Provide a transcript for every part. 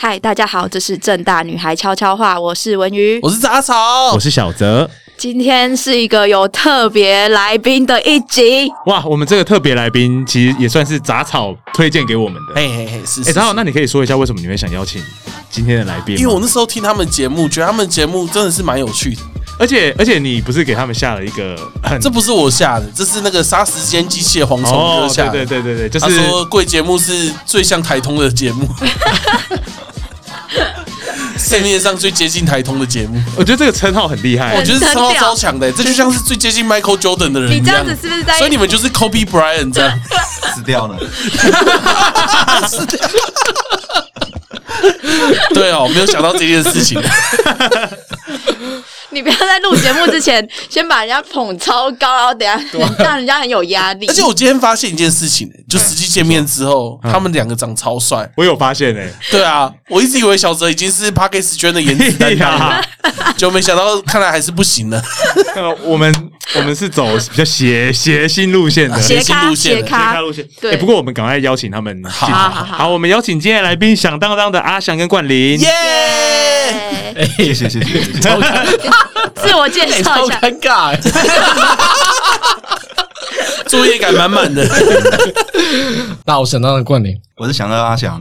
嗨，大家好，这是正大女孩悄悄话，我是文瑜。 我是杂草我。是小泽。今天是一个有特别来宾的一集，哇，我们这个特别来宾其实也算是杂草推荐给我们的。哎、嘿嘿嘿，是。欸，是杂草，是那你可以说一下为什么你会想邀请今天的来宾吗？因为我那时候听他们节目，觉得他们节目真的是蛮有趣的。而且而且你不是给他们下了一个很这不是我下的，这是那个杀时间机器的蝗虫哥哦，下对的。对对对对，就他是说贵节目是最像台通的节目， 市面上最接近台通的节目，我觉得这个称号很厉害我。觉得是很超屌超强的，这就像是最接近 Michael Jordan 的人你一这样样子。是不是在？所以你们就是 Kobe Bryant 这样，死 掉了。对哦，没有想到这件事情。你不要在录节目之 前先把人家捧超高，然后等下啊人让人家很有压力。而且我今天发现一件事情，欸就实际见面之后，他们两个长超帅。我有发现哎、对啊，我一直以为小泽已经是 Parkes 圈的颜值担哎 当，就没想到看来还是不行了。呃我们我们是走比较邪邪性路线的。斜新咖路线斜的咖路线，对欸不过我们赶快邀请他们进来。好好好好我们邀请今天的来宾响当当的阿翔跟冠霖。耶！哎谢谢谢谢谢谢。自我介哎绍一下，哎尬，欸作业感满满的。那我想到了冠霖，我是想到 阿翔，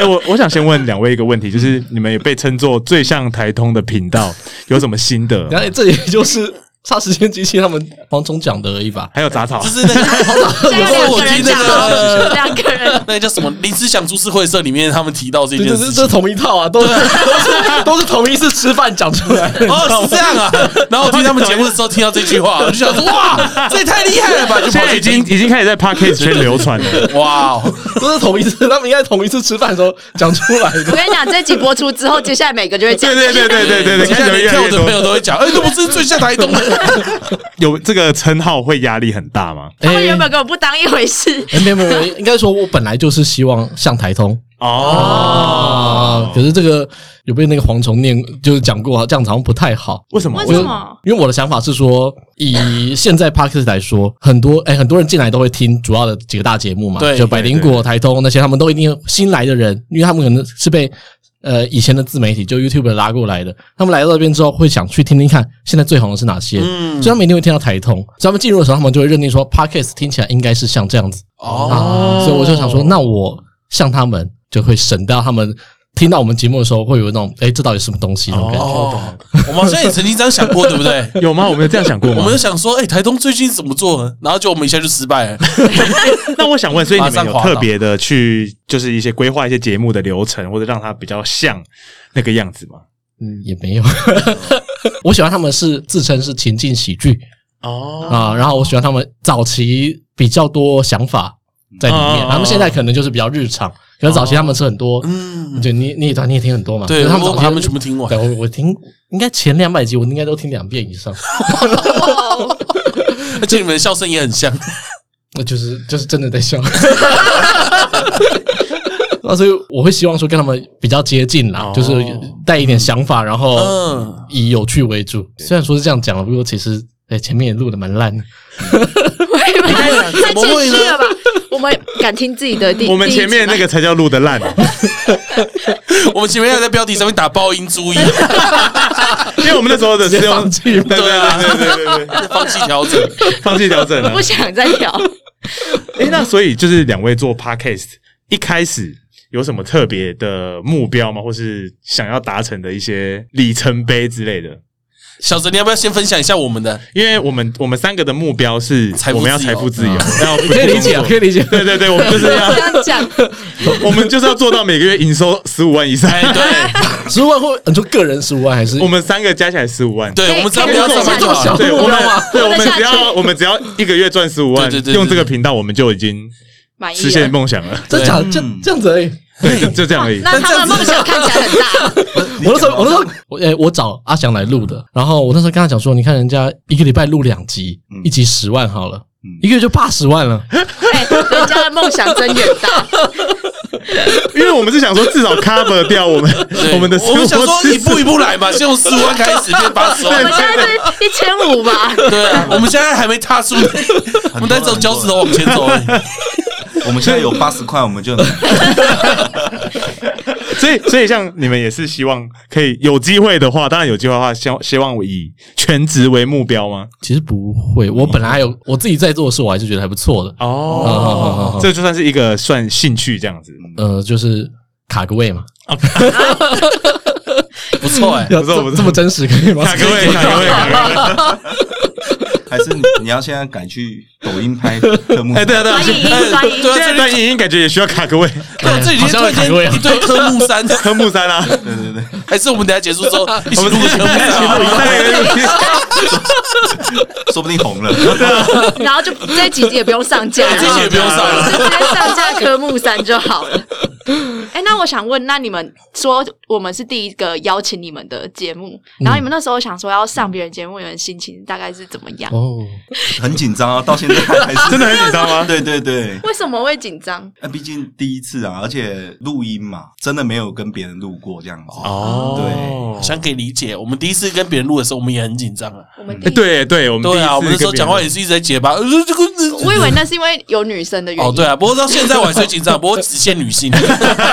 哎、我我想先问两位一个问题，就是你们也被称作最像台通的频道，有什么心然得？后这也就是霎时间机器他们黄总讲的而已吧。还有杂草就，是那个现在两个人讲我哦，两个人那个叫什么林思想株式会社里面，他们提到这这件这事这情这。同一套啊，都是都是 都是同一次吃饭讲出 来的。哦，是这样啊！然后我听他们节目的时候听到这句话，我就想说哇，这也太厉害了吧！就现跑在去已经听，已经开始在 podcast 圈流传了。哇哦，都是同一次，他们应该同一次吃饭的时候讲出来我的。跟你讲，这集播出之后，接下来每个就会讲对。对对对对对对，现在开始连越看来我越的朋友多。都会讲，哎，这不是最像台东 的。有这个称号会压力很大吗？他们原本根本不当一回事， 哎，没有没有没 有，应该说我本来就是希望像台通啊哦，，可是这个有被那个蝗虫念，就是讲过，这样子好像不太好。为什么？为我什就我么因为我的想法是说，以现在 Parkes 来说，很多哎、很多人进来都会听主要的几个大节目嘛，对就百灵对果、台通那些，他们都一定新来的人，因为他们可能是被呃以前的自媒体就 YouTube 拉过来的，他们来到这边之后会想去听听看现在最红的是哪些，所以他们一定会听到台通，所以他们进入的时候，他们就会认定说 Parkes 听起来应该是像这样子哦，啊，所以我就想说，那我像他们就会省掉他们。听到我们节目的时候，会有那种哎、这到底是什么东西那种感觉。哦，我们好像也曾经这样想过，对不对？有吗？我 们有这样想过我吗们就？想说，哎，台东最近怎么做呢？然后就我们一下就失败了。那我想问，所以你马们上有滑倒特别的去，就是一些规划一些节目的流程，或者让它比较像那个样子吗？嗯，也没有。 我喜欢他们是自称是情境喜剧哦，啊、然后我喜欢他们早期比较多想法在里面，哦他们现在可能就是比较日常，可是早期他们是很多， 嗯，就你你也你也听很多嘛，对，就是他他们们我早把期他们全部听完对，。我我听应该前两百集我应该都听两遍以上， 哦，而且你们的笑声也很像，那就是就是真的在笑。 那所以我会希望说跟他们比较接近啦，哦就是带一点想法，然后嗯，以有趣为主。虽然说是这样讲了，不过其实哎、前面也录的蛮烂的。哎太怎么谦会呢虚了吧？我们敢听自己的第我们前面那个才叫录的烂。嗯我们前面还在标题上面打爆音注意， 因为我们那时候的是用放弃对对对对对对对，放弃调整。放弃调整了不。想再聊。哎，那所以就是两位做 podcast 一开始有什么特别的目标吗？或是想要达成的一些里程碑之类的？小泽，你要不要先分享一下我们的？因为我们我们三个的目标是财富自由嗯我们要财富自由，要不可以理解，啊啊 可以理解。对对对，我们就是 要这样讲，我们就是要做到每个月营收十五万以上。哎，对十五万或呃你说个人十五万还是我们三个加起来十五万。对，我们只要不要上班就这么小好。对，我目们标吗对，活我得们下只要去我们只要一个月赚十五万对对对，对用这个频道我们就已经满意实了现。梦想了。这讲对这这样子而已？对，就就 这样而已。那他们梦想看起来很大，我那时候我那时候我哎、我找阿翔来录的，然后我那时候跟他讲说，你看人家一个礼拜录两集，一集十万好了，一个月就八十万了。哎，人家的梦想真远 大。因为我们是想说至少 cover 掉我们对我们的生我们想活说一支出。步一步来嘛，先从十五万 开始变八十我们万。现在是一千五 吧？对啊，我们现在还没踏出，我们在走脚趾头往前走而已。我们现在有八十块，我们就现所以所以像你们也是希望可以有机会的话，当然有机会的话，希望希望我以全职为目标吗？其实不会，我本来还有我自己在做的事，我还是觉得还不错的。哦哦，这就算是一个算兴趣这样子，呃，就是卡个位嘛，不错哎、不错不错这这么真实可以吗？卡各位卡各位卡各位，还是你你要现在改去抖音拍科目？哎对啊对啊，欢迎现欢迎对啊，在这段里莹莹感觉也需要卡各位，对啊，这里好今天像突然很贵啊间一堆科目三，科目三啊，对对对， 还是我们等一下结束之后一起我录们科目三好了？说不定红了。然后就这一集也不用上架，这一集也不用上了直接上架科目三就好了。哎、那我想问，那你们说我们是第一个邀请你们的节目，嗯然后你们那时候想说要上别人节目，你们心情大概是怎么样？哦，很紧张啊，到现在还 是真的很紧张吗？对对对，为什么会紧张？那毕竟第一次啊，而且录音嘛，真的没有跟别人录过这样子。哦，哦想给理解，我们第一次跟别人录的时候，我们也很紧张啊。我们第哎一对对，我们对啊，我们那时候讲话也是是一直在结巴，呃这个这个我以为那是因为有女生的原因。哦，对啊，不过到现在我还是会紧张，不过只限女性。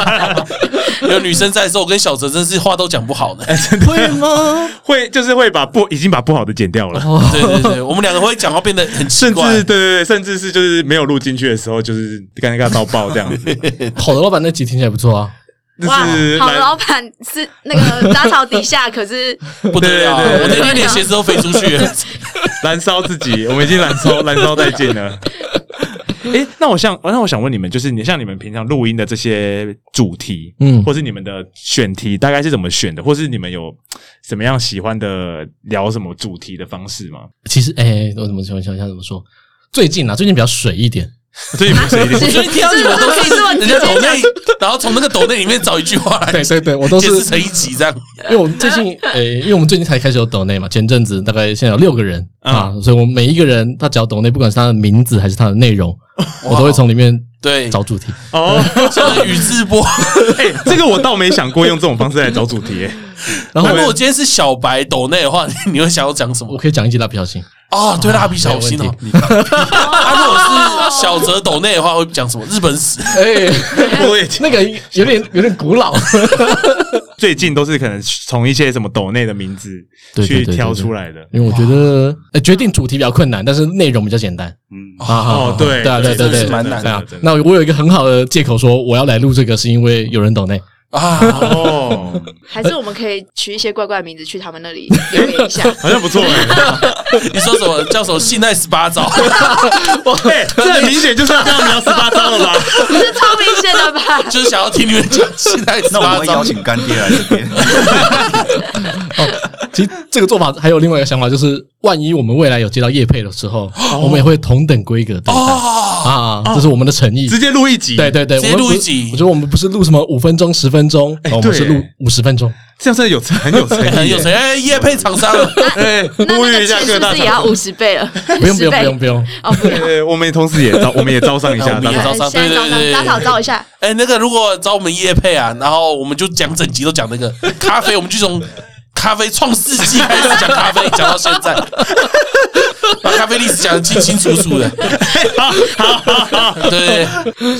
有女生在的时候，我跟小哲真是话都讲不好的。会吗？会就是会把不已经把不好的剪掉了。对对对，我们两个会讲话变得很奇哦甚至哦怪。对对对，甚至是就是没有录进去的时候，就是尴尬到爆这样子，好的，老板那集听起来不错啊。哇那是，好蛮老板是那个杂草底下，可是不得了啊，对对我那天连鞋子都飞出去了。燃烧自己，我们已经燃烧燃烧殆尽了。 诶，那我想，那我想问你们，就是你像你们平常录音的这些主题，嗯或是你们的选题，大概是怎么选的，或是你们有怎么样喜欢的聊什么主题的方式吗？其实，哎、我怎么想想想怎么说？最近啊，最近比较水一点，所以不是一定所以听到你们都是是是我人家抖内， 然后从那个抖内里面找一句话来 对对对，我都解是释成一集这样。因为我们最 近，诶、哎因为我们最近才开始有抖内嘛，前阵子大概现在有六个人、嗯啊，所以我们每一个人他只要抖内，不管是他的名字还是他的内容，我都会从里面对， 找主题。哦。像是宇智波。 哎诶，这个我倒没想过用这种方式来找主题、诶然后那如我果今天是小白抖内的话， 你你会想要讲什我么？可以讲一集蜡笔小新，啊，对，蜡笔小新没哦有。 啊，如果是小泽抖内的话，会讲什么？日本史。哎、我也那个有点有点古老，最近都是可能从一些什么抖内的名字对对去对对挑对出来的。因为我觉得、呃决定主题比较困难，但是内容比较简单。嗯，啊啊啊哦，对对啊对这对个对，是蛮难的对啊真的那我有一个很好的借口说我要来录这个，是因为有人抖内。啊，哦，还是我们可以取一些怪怪的名字去他们那里留言一下。好像不 错哎、你说什么叫什么性爱十八招？哎、这很明显 就是要跟我们聊十八招了吧？这超明显的吧？ 就是想要听你们讲性爱十那我们八会招邀。请干爹来这边，其实这个做法还有另外一个想法，就是万一我们未来有接到业配的时候，我们也会同等规格对待哦，啊，这是我们的诚意。哦直接录一集，对，对对，直接我们不录一集我觉得我们不是录什么五分钟、十分钟，哦我们是对录五十分钟。这样真的有 很有诚意，很有谁？哎，叶配厂商了。哎，那呼那吁个钱一下是各不大是也要厂五十倍了？不用10不用倍不用不用，哦， 不 对用。对，我们也同时也招，我们也招商 一哎下我，们也大招家商现在招对对对商，打扫照一下。哎，那个如果找我们叶配啊，然后我们就讲整集都讲那 个咖啡，我们就从咖啡创世纪开始讲咖 啡，讲到现在，把咖啡历史讲得清清楚楚的。对，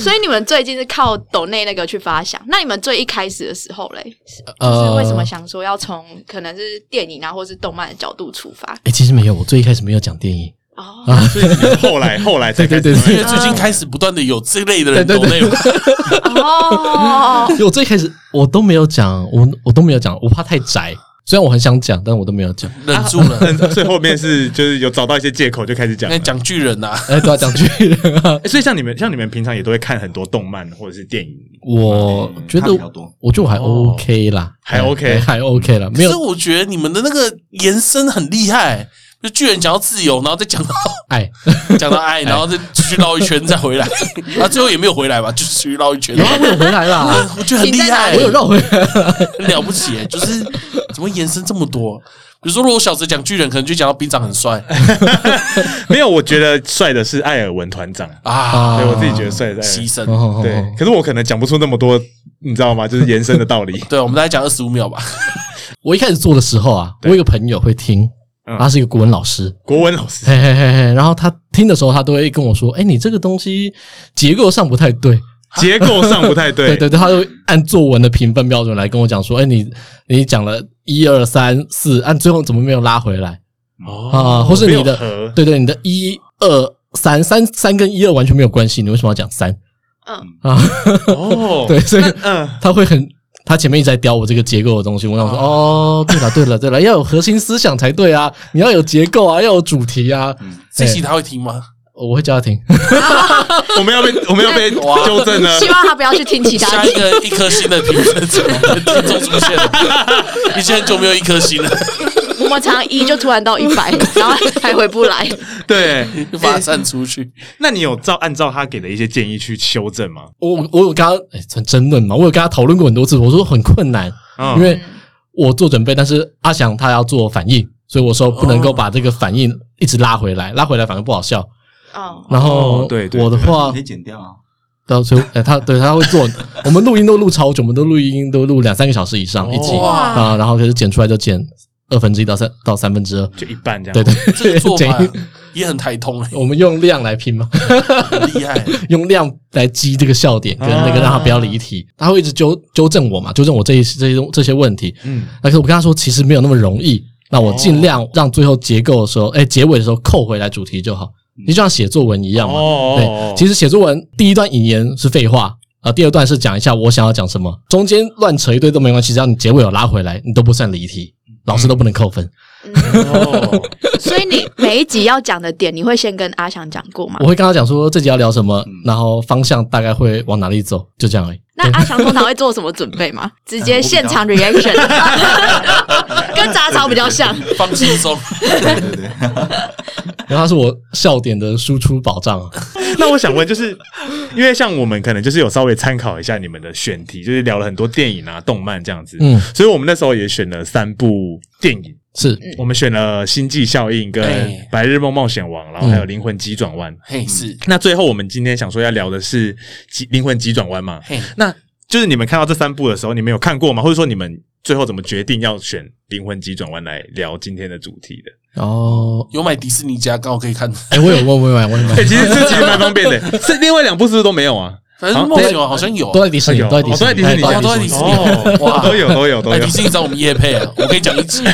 所以你们最近是靠抖内那个去发想。那你们最一开始的时候嘞，是呃，为什么？想说要从可能是电影啊，或是动漫的角度出发？哎，其实没有，我最一开始没有讲电影，哦，所以后来后来才对对开始因对为最近开始不断的有这类的人对抖内对对容，哦，因为我最一开始我都没有讲，我我都没有讲，我怕太宅。虽然我很想讲，但我都没有讲。忍住了。 嗯所以后面是就是有找到一些借口就开始讲那。讲巨人呐、啊，哎，对啊，讲巨人啊，哎所以像你们，像你们平常也都会看很多动漫或者是电影， 我嗯觉得他比较多我觉得我还哦 OK 啦，还哎 OK 对还 OK 啦，没可是有我觉得你们的那个延伸很厉害，就巨人讲到自由，然后再讲 到爱。讲到哎爱，然后再出去绕一圈再回来，然后最后也没有回来吧，就是出去绕一圈。有啊，我有回来啦，我觉得很厉害、 我有绕回来。很 了不起、就是怎么延伸这么多？比如说，如果我小时候讲巨人，可能就讲到兵长很帅没有，我觉得帅的是艾尔文团长，啊，对我自己觉得帅的是艾牺尔牲。。哦，文对，可是我可能讲不出那么多，你知道吗？就是延伸的道理 对，我们大概讲二十五秒吧。我一开始做的时候啊，我有一个朋友会听，嗯他是一个国文老师，国文老师，嘿嘿嘿嘿，然后他听的时候，他都会跟我说：“哎，你这个东西结构上不太对。” 结构上不太对对。对对，他就按作文的评分标准来跟我讲说，哎，你你讲了一二三四，按最后怎么没有拉回来啊？或是哦没你有的合对对，你的一二三三三跟一二完全没有关系，你为什么要讲三嗯，啊？哦， 对，所以嗯，他会很。他前面一直在雕我这个结构的东西，我想说，哦，对了，对了，对了，要有核心思想才对啊，你要有结构啊，要有主题啊。这期他会听吗？我会叫他听，我们要被我们要被纠正呢。希望他不要去听其他下一个一颗星的评分怎么听众出现了？已经很久没有一颗星了，我们常一就突然到一 百，然后还回不来。对，发散出去。那你有照按照他给的一些建议去修正吗？ 我我有跟他哎争争论嘛，我有跟他讨论过很多次，我说很困难，嗯因为我做准备，但是阿翔他要做反应，所以我说不能够把这个反应一直拉回来，拉回来反而不好笑。哦，然 后哦对对我的话可以剪掉啊。到时候哎他对他会做，我们录音都录超久，我们都录音都录两三个小时以哦上一集哇啊，然后可是剪出来就剪二分之一到三到三分之二，就一半这样。对 对，这个做剪法也很台通、欸，我们用量来拼嘛， 很厉害、用量来激这个笑点跟那个啊让他不要离题，他会一直纠纠正我嘛，纠正我这一这些这些问题，嗯，但是我跟他说，其实没有那么容易。那我尽量让最后结构的时候，哦哎、结尾的时候扣回来主题就好。你就像写作文一样嘛。嗯哦对，其实写作文第一段引言是废话啊、呃第二段是讲一下我想要讲什么，中间乱扯一堆都没关系，只要你结尾有拉回来，你都不算离题，老师都不能扣分。哦，所以你每一集要讲的点，你会先跟阿翔讲过吗我？会跟他讲说这集要聊什么，然后方向大概会往哪里走，就这样而已。那阿翔通常会做什么准备 吗？直接现场 reaction，跟杂草比较像。放轻松。对对对，然后他是我笑点的输出保障啊。那我想问，就是因为像我们可能就是有稍微参考一下你们的选题，就是聊了很多电影啊、动漫这样子。嗯，所以我们那时候也选了三部电影，是，我们选了《星际效应》跟哎《白日梦冒险王》，然后还有《灵魂急转弯》。嘿，是，那最后我们今天想说要聊的是《急灵魂急转弯》嘛？嘿，那就是你们看到这三部的时候，你们有看过吗？或者说你们最后怎么决定要选《灵魂急转弯》来聊今天的主题的？然后有买迪士尼家，刚好可以看。哎、我有问，我有问，我有问 哎、，其实这其实蛮方便的。 是另外两部是不是都没有啊？反正梦想好像有、都啊，在迪士尼，有都在迪士尼，哎哦大家都都在迪士尼啊哦，哇，都有都有都哎有迪。士尼找我们夜配啊，我可以讲一 集。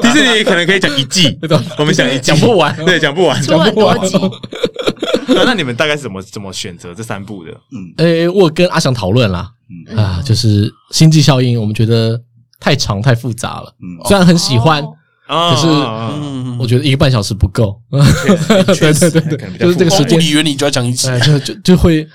迪士尼可能可以讲一季，我们讲一季讲不完对，讲不完。出很啊多集，那那你们大概是怎么怎么选择这三部的？诶、哎我有跟阿翔讨论啦，嗯啊，就是《星际效应》，我们觉得太长太复杂了，嗯，虽然很喜欢，哦啊可是嗯嗯，我觉得一个半小时不够，确实对对对可能比较就是这个复杂时光物间理原理就要讲一集。哎，就就就会，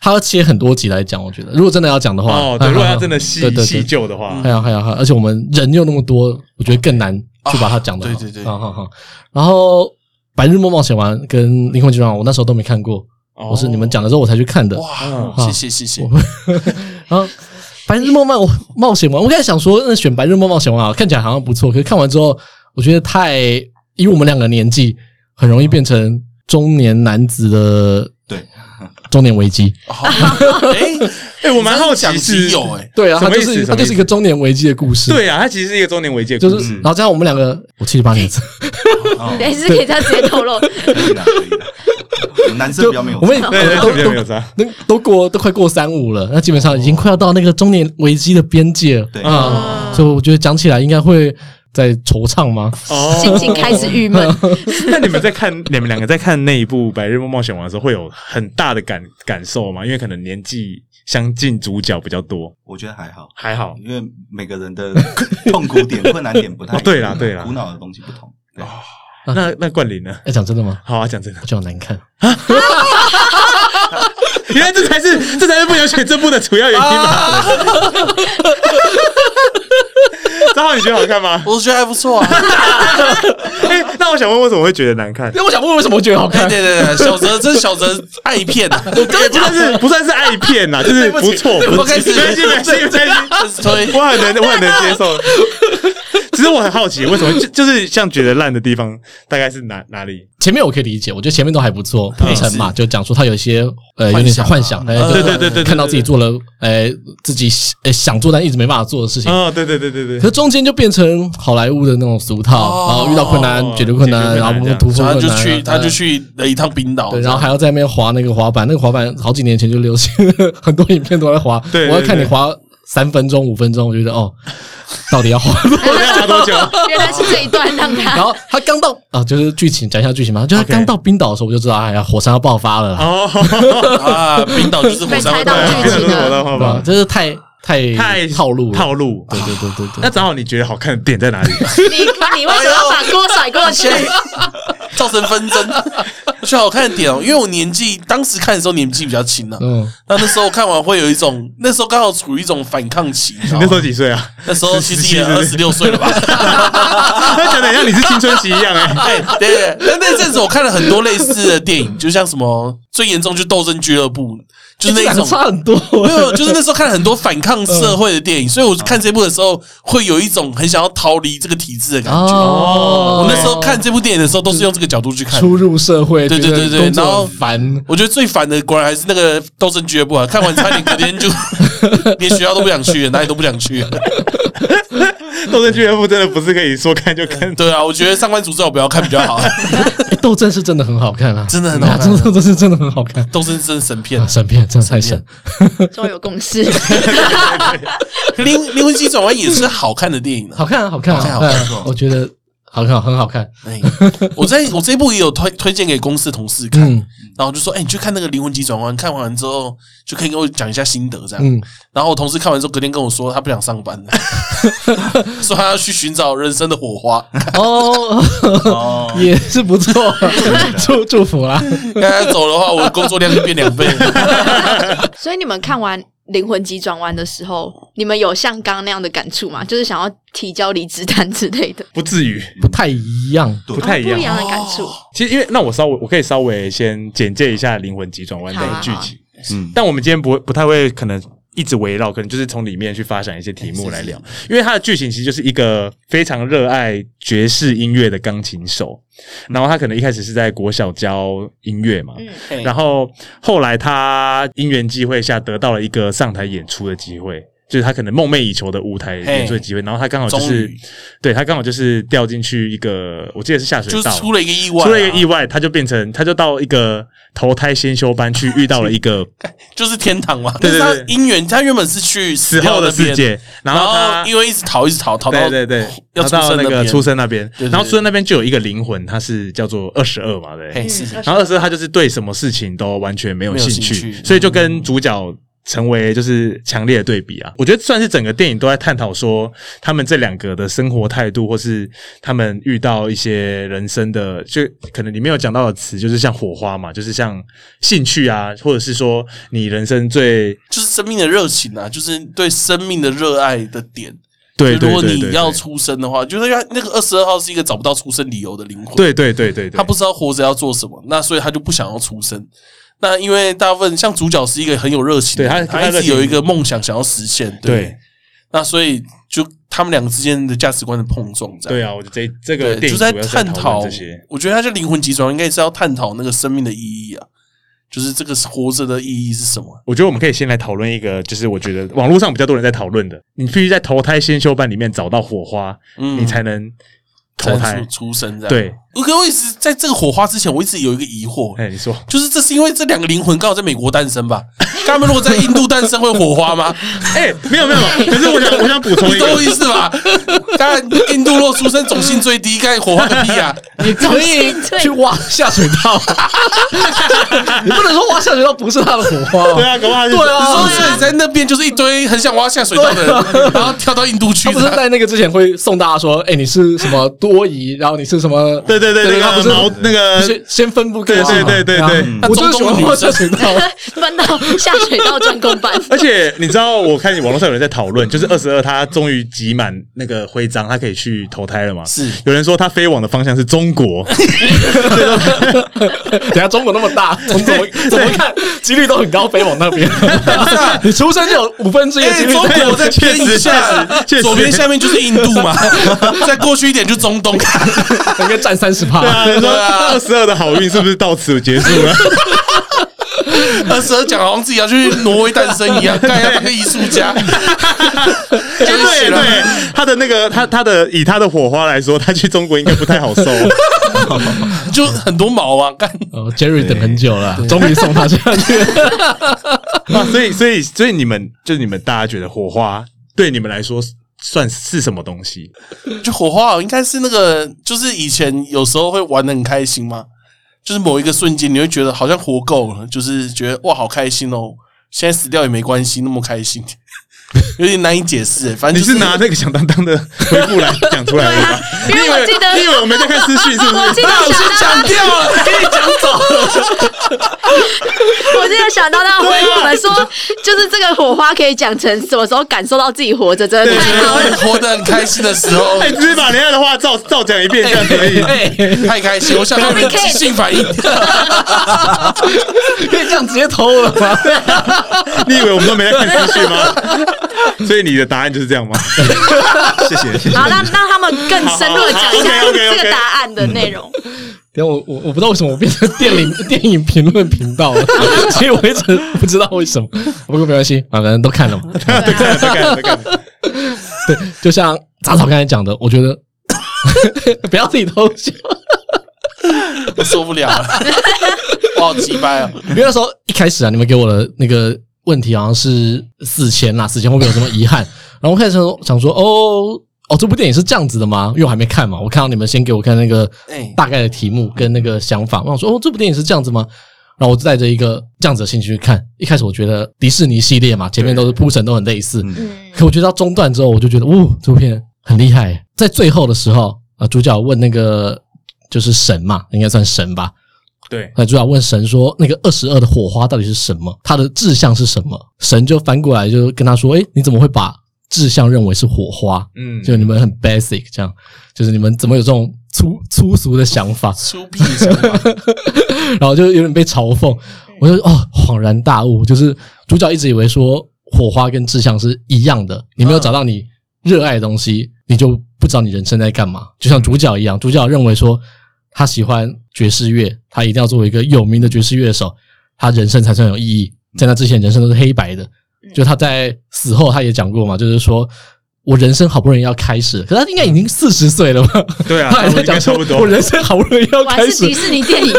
他要切很多集来讲，我觉得如果真的要讲的话，哦，对，啊如果要真的细对对细对，究的话还，有还有哎还有，而且我们人又那么多，我觉得更难去把它讲的、啊对对对好好好。然后《白日梦冒险王》跟《灵魂急转弯》，我那时候都没看过，我是你们讲了之后我才去看的，哇，嗯谢谢谢谢，然后《白日梦冒 冒险王》，我刚才想说，那选《白日梦冒险王》啊，看起来好像不错，可是看完之后，我觉得太以我们两个年纪，很容易变成中年男子的对，中年危机。好 哎，哎，我蛮好讲奇集是，有哎，对啊，什他么就意思是什么他意思就是一个中年危机的故事。。对啊，它其实是一个中年危机的就故是，事然。后加上我们两个，我七十八年次，哦对，是可以这样直接透露。可以的，可 以的。男生就比较没有，我们也对对都对，没有没有都差。那都过都快过三五了，那基本上已经快要到那个中年危机的边界了。对啊，所以我觉得讲起来应该会在惆怅吗？ 心哦，情开始郁闷，哦 那你们在看你们两个在看那一部《白日梦冒险王》的时候，会有很大的感感受吗？因为可能年纪相近，主角比较多，我觉得还好，还好因为每个人的 痛苦点、困难点不哦太一样。啊对啦对啦哦苦恼的东西不同。对，那那冠霖呢？哎，讲真的吗？好啊，讲真的我，觉得好难看。原来这才是这才是不能选这部的主要原因吧？张浩，你觉得好看吗？我觉得还不错啊。 哎、那我想问，为什么会觉得难看？那我想问，为什么我觉得好哎，看？对对对，小泽真小泽爱骗 啊，也不算是不算是爱片呐，就是对不不起错，对不不错起没关系没关系没关系，推我很能我很能接受。 其实我很好奇，为什么就就是像觉得烂的地方，大概是哪哪里？前面我可以理解，我觉得前面都还不错，铺陈嘛，就讲出他有一些呃有点像幻想，哎嗯就是对对对对对看到自己做了呃自己呃想做但一直没办法做的事情。哦，对对对对可对，是中间就变成好莱坞的那种俗套，哦然后遇到困难解决困难，解决困难然后这样突破然困后难，就去，他就呃去了一趟冰岛，对，然后还要在那边滑那个滑板，那个滑板好几年前就流行， 很多影片都在滑。对对我要看你对滑三分钟、五分钟，我觉得 哦，到底要滑 多我要拿多 久？原来是这一段让然他后他刚到啊，就是剧情讲一下剧情嘛，就是他 OK 刚到冰岛的时候，我就知道，哎呀，火山要爆发了啦，哦，啊，冰岛就是火山会被猜到爆发剧情变成我的话啊吧，这是太太太套路了，啊套路。对对对对对。那正好你觉得好看的点在哪 里？你你为什么要把锅甩过去？造成纷争。我觉得好看的点哦，因为我年纪当时看的时候年纪比较轻啊，嗯，那那时候看完会有一种，那时候刚好处于一种反抗期，你知道你那时吗？候几岁啊？ 那时候其实也二十六岁了吧？他讲的很像你是青春期一样哎。对对，那那阵子我看了很多类似的电影，就像什么最严重就《斗争俱乐部》，就是那这一两个种差 很多。没有，就是那时候看了很多反抗社会的电影，所以我看这部的时候，会有一种很想要逃离这个体制的感觉。哦我那时候看这部电影的时候，都是用这个角度去看。初入社会，对对对对觉得工作然后很烦，我觉得最烦的果然还是那个斗争俱乐部啊！看完差点隔天就 连学校都不想去了，哪里都不想去了。哎斗争俱乐部真的不是可以说看就看，对啊，我觉得上班族最好不要看比较好，哎斗争是真的很好看啊，真的很好看 真的这是真的很好看，斗争真的神片啊。神片真的太神神。终于有共识，灵灵魂急转弯也是好看的电影啊。好看啊，好看啊，好看好看好看啊！我觉得好看，很好看。哎，我在我这部也有推推荐给公司同事看，嗯然后就说：“哎、你去看那个《灵魂急转弯》，看完之后就可以跟我讲一下心得这样。嗯，然后我同事看完之后，隔天跟我说他不想上班了， 说他要去寻找人生的火花。哦，，哦 也是不错，祝祝福啦。刚才走的话，我的工作量就变两倍。哦所以你们看完《灵魂急转弯》的时候，你们有像刚刚那样的感触吗？就是想要提交离职单之类的，不至于，不太一样。不太一哦样不一。样的感触。其实因为那我稍微我可以稍微先简介一下《灵魂急转弯》好啊的剧好啊集，嗯，但我们今天不会不太会可能一直围绕，可能就是从里面去发展一些题目来聊，因为它的剧情其实就是一个非常热爱爵士音乐的钢琴手，嗯然后他可能一开始是在国小教音乐嘛，嗯，嘿然后后来他因缘际会下得到了一个上台演出的机会。就是他可能梦寐以求的舞台嘿演出的机会，然后他刚好就终是于，对他刚好就是掉进去一个，我记得是下水就是道，出了一个意外、啊出了一个意，外，他就变成他就到一个投胎先修班去遇到了 一个就是天堂嘛。 对对对但是他姻缘，他原本是去死后的那边世，界，然然后他后因为一直逃，一直逃，逃到对对对，要然后到那个出出生生那边，对对然后出生那边就有一个灵魂，它是叫做二十二嘛，对不对。嘿是嗯然后二十二他就是对什么事情都完全没有兴没有趣嗯兴，趣所以就跟主角。成为就是强烈的对比啊！我觉得算是整个电影都在探讨说他们这两个的生活态度，或是他们遇到一些人生的，就可能里面有讲到的词，就是像火花嘛，就是像兴趣啊，或者是说你人生最就是生命的热情啊，就是对生命的热爱的点。对就对如果对对你要对出生的话，就是因为那个二十二号是一个找不到出生理由的灵魂，对对对对对，他不知道活着要做什么，那所以他就不想要出生。那因为大部分像主角是一个很有热情的人，对他他他一热直情有一个梦想想要实现，对那所以就他们两个之间的价值观的碰撞，这样对啊，我觉得这这个对，电就影在主要是探讨讨论这些。，我觉得他这灵魂急转弯应该是要探讨那个生命的意义啊，就是这个活着的意义是什么？我觉得我们可以先来讨论一个，就是我觉得网络上比较多人在讨论的，你必须在投胎先修班里面找到火花，嗯你才能投才胎出。出生这样。，对，我可我一直在这个火花之前，我一直有一个疑惑，哎，你说， 就是这是因为这两个灵魂刚好在美国诞生吧？ 他们如果在印度诞生会火花 吗？哎，没有没有，可是我想我想补充你一懂我个，意思 吧？当然，印度若出生种姓最低，该火花个 屁啊！你可以去挖下水道， 你不能说挖下水道不是他的火花。对啊，搞不好他是对啊所以所以在那边就是一堆很想挖下水道的啊人，然后跳到印度去他不是的。在那个之前会送大家说，哎、你是什么多疑，然后你是什么？对对对，他那个不是毛那个先先分布给对我对嘛对对啊对我就是喜欢挖下水道。搬哦到下水道专供班，而且你知道，我看网络上有人在讨论，就是二十二他终于集满那个徽章，他可以去投胎了嘛？是有人说他飞往的方向是中国， 等下中国那么 大，从怎么怎么看几率都很高，飞往那边。你出生就有五分之一的啊几哎，率。中国在偏一下确实确，实左边下面就是印度嘛， 再过去一点就中 东。应该占三十趴。啊你说对啊二十二的好运是不是到此结束了？二十二讲好像自己要去挪威诞生一样，干要当个艺术家， 哎真对是对的。，他的那个他他的以他的火花来说，他去中国应该不太 好受。啊就很多毛啊，干哦，Jerry 等很久了，终于送他下去。啊，所以所以所以你们就是你们大家觉得火花对你们来说算是什么东西？就火花哦，应该是那个，就是以前有时候会玩的很开心嘛，就是某一个瞬间你会觉得好像活够了，就是觉得哇好开心哦，现在死掉也没关系，那么开心，有点难以解释、欸。啊反正、你就是拿那个响当当的回复来讲出来的吧？ 啊因为我记得你以为我没在看私讯是不啊我是记？得我想先讲掉 了，给你讲走我真的想到他回我们说，啊就是这个火花可以讲成什么时候感受到自己活着，真的太好了。活得很开心的时候哎，你直接把人家的话照照讲一遍，这样可以？哎，太开心，我想看你们即兴反应。可以这样直接偷了吗？你以为我们都没在看私讯吗？ 所以你的答案就是这样吗？谢谢谢谢好，。那让他们更深入的讲一下好好好，OK，OK，OK 这个答案的内 容。 等一下我我我不知道为什么我变成电 影电影评论频道了， 其实我一直不知道为什么。不过没关系，啊，反正都看了嘛。对啊看了对看了对看了对，就像杂草刚才讲的，我觉得 不要自己偷笑。我受不了了，我好鸡掰啊！ 因为那时候一开始啊，你们给我的那个问题好像是四千啦，四千会不会有什么遗憾？ 然后我开始想说，哦哦，这部电影是这样子的吗？因为我还没看嘛，我看到你们先给我看那个哎大概的题目跟那个想法，我想说，哦，这部电影是这样子吗？然后我就带着一个这样子的兴趣去看。一开始我觉得迪士尼系列嘛，前面都是铺陈都很类似， 嗯，可我觉得到中段之后，我就觉得，哦，这部片很厉害。在最后的时候，啊，主角问那个就是神嘛，应该算神吧，对，那主角问神说：“那个二十二的火花到底是什么？它的志向是什么？”神就翻过来就跟他说：“诶，你怎么会把志向认为是火花？嗯，就你们很 basic 这样，就是你们怎么有这种粗粗俗的想法？”出屁想法，然后就有点被嘲讽，我就哦恍然大悟，就是主角一直以为说火花跟志向是一样的，你嗯没有找到你热爱的东西，你就不知道你人生在干嘛。就嗯像主角一样，主角认为说他喜欢爵士乐，他一定要作为一个有名的爵士乐手，他人生才算有意义。嗯在那之前，人生都是黑白的。就他在死后，他也讲过嘛，就是说我人生好不容易要开始，可他应该已经四十岁了吧？对啊 他还在差讲说不多我人生好不容易要果开然始是，迪士尼电影，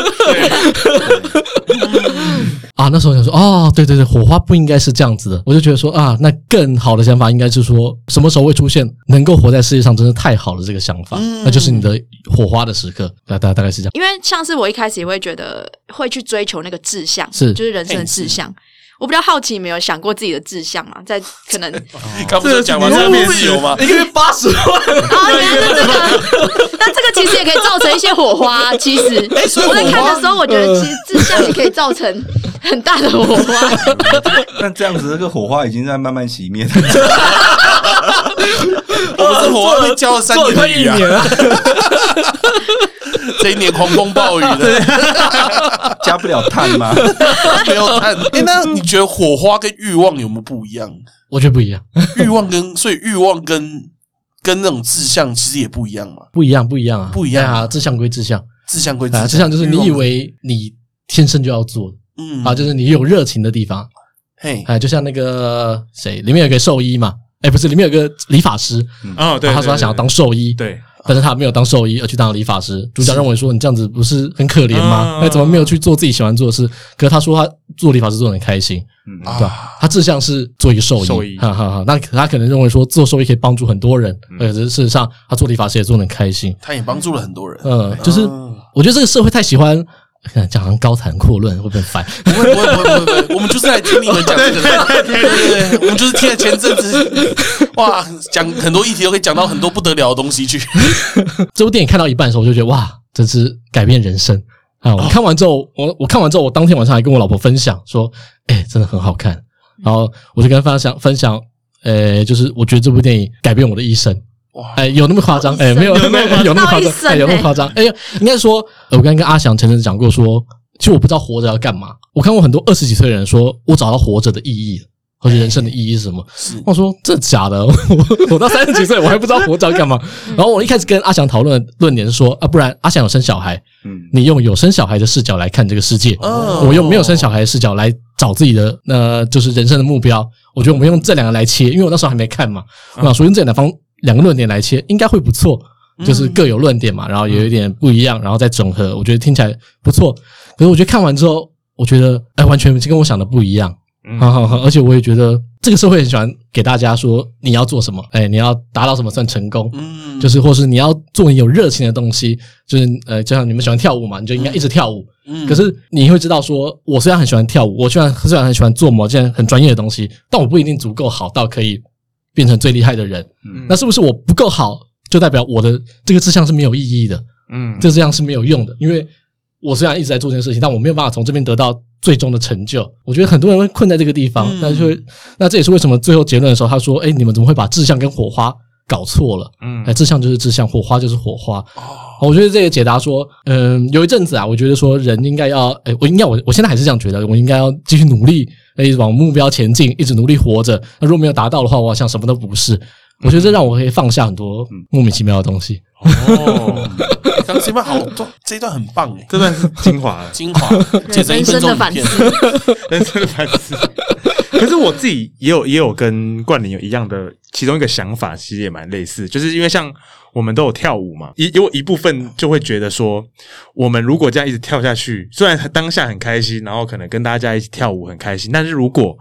啊，那时候想说，哦，对对对，火花不应该是这样子的。我就觉得说啊，那更好的想法应该是说，什么时候会出现能够活在世界上，真是太好了这个想法，那就是你的火花的时刻。大大大概是这样。因为像是我一开始也会觉得会去追求那个志向，是就是人生哎的志向。我比较好奇，你们有想过自己的志向吗？在可 能哦，刚不是讲完这面试有吗？ 一个月八十万，原来是这个，那这个其实也可以造成一些火花。啊其实哎所以我在火看花嗯的时候，我觉得其实志向也可以造成很大的火花。 但这样子，这个火花已经在慢慢熄灭了。 哦我们是火花被浇了三年快的一雨啊年，了，这一年狂风暴雨的，加不了碳吗？没有看。哎，那你觉得火花跟欲望有没有不一样？ 我觉得不一样，欲望跟所以欲望跟跟那种志向其实也不一样嘛，不一样，不一样啊，不一样啊啊，志向归志向志向归志啊，向，志向就是你以欲望跟为你天生就要做的嗯啊，就是你有热情的地方，嘿哎，就像那个谁，里面有个兽医嘛，哎，不是，里面有个理发师，哦，对，然后他说他想要当兽医，对，但是他没有当兽医，而去当了理发师。主角认为说你这样子不是很可怜嗯？吗那怎么没有去做自己喜欢做的事？可是他说他做理发师做的很开心，对吧？他志向是做一个嗯兽医，兽医哈哈哈。那可他可能认为说做兽医可以帮助很多人，可是事实上他做理发师也做的很开心。他也帮助了很多人。嗯，就是我觉得这个社会太喜欢。哎讲成高谈阔论会不会很烦？不会不会不会不会不会，我们就是来听你们讲这个的。对对对，我们就是听了前阵子，哇，讲很多议题都可以讲到很多不得了的东西去。这部电影看到一半的时候，我就觉得哇，真是改变人生啊！我看完之后，我我看完之后，我当天晚上还跟我老婆分享说，哎、真的很好看。然后我就跟她分享分享，呃、就是我觉得这部电影改变我的一生。哇，哎，有那么夸张？哎，没有，有没那么夸有，张有那么夸到张一？身哎，有那么欸夸张？哎，应该说，呃我刚刚跟阿翔、晨晨讲过说，其实我不知道活着要干嘛。我看过很多二十几岁的人说，我找到活着的意义或者人生的意义是什么。是我说这假的， 我我到三十几岁我还不知道活着要干嘛。然后我一开始跟阿翔讨论的论点是说，啊，不然阿翔有生小孩，嗯，你用有生小孩的视角来看这个世界，哦我用没有生小孩的视角来找自己的呃，就是人生的目标。我觉得我们用这两个来切，因为我那时候还没看嘛，嗯我想说用这两方两个论点来切，应该会不错，就是各有论点嘛，然后有一点不一样，然后再整合，我觉得听起来不错。可是我觉得看完之后，我觉得哎，完全跟我想的不一样。嗯好好好，而且我也觉得这个社会很喜欢给大家说你要做什么，哎，你要达到什么算成功，嗯， 就是或是你要做你有热情的东西，就是呃，就像你们喜欢跳舞嘛，你就应该一直跳舞。嗯可是你会知道说，我虽然很喜欢跳舞，我虽然虽然很喜欢做某件很专业的东西，但我不一定足够好到可以变成最厉害的人。嗯那是不是我不够好，就代表我的这个志向是没有意义的？嗯，这这样是没有用的，因为我虽然一直在做这件事情，但我没有办法从这边得到最终的成就。我觉得很多人会困在这个地方嗯，那就会，那这也是为什么最后结论的时候他说：“哎，你们怎么会把志向跟火花搞错了？”嗯哎，志向就是志向，火花就是火花。我觉得这个解答说，嗯，有一阵子啊，我觉得说人应该要，哎，我应该我我现在还是这样觉得，我应该要继续努力，哎，一直往目标前进，一直努力活着。那如果没有达到的话，我好像什么都不是。我觉得这让我可以放下很多莫名其妙的东西。哦，刚这段好，这一段很棒哎，，这段是精华了精华，剪成一人分生钟的影反片，思，人生的反思。可是我自己也有也有跟冠霖有一样的其中一个想法，其实也蛮类似，就是因为像我们都有跳舞嘛，一有一部分就会觉得说，我们如果这样一直跳下去，虽然当下很开心，然后可能跟大家一起跳舞很开心，但是如果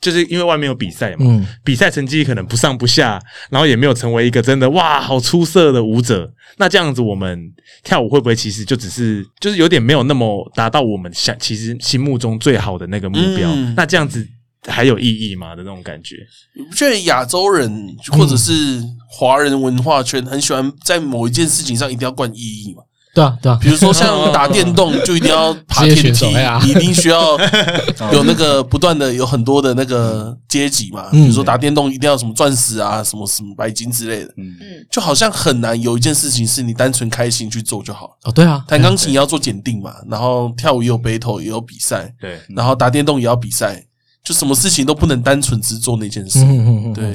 就是因为外面有比赛嘛，嗯比赛成绩可能不上不下，然后也没有成为一个真的哇好出色的舞者。那这样子，我们跳舞会不会其实就只是就是有点没有那么达到我们想其实心目中最好的那个目标？嗯那这样子还有意义吗的那种感觉？你不觉得亚洲人或嗯者是华人文化圈很喜欢在某一件事情上一定要冠意义嘛？对啊，对啊比，如说 像打电动，就一定要爬职业电选手梯哎呀，你一定需 要有那个不断的有很多的那个阶级嘛。比嗯如说打电动一定要什么钻石啊，什么什么白金之类的，嗯，就好像很难有一件事情是你单纯开心去做就好了。哦，对啊，弹钢琴也要做检定嘛，然后跳舞也有 battle 也有比赛，对，嗯然后打电动也要比赛，就什么事情都不能单纯只做那件事。嗯嗯嗯嗯，对，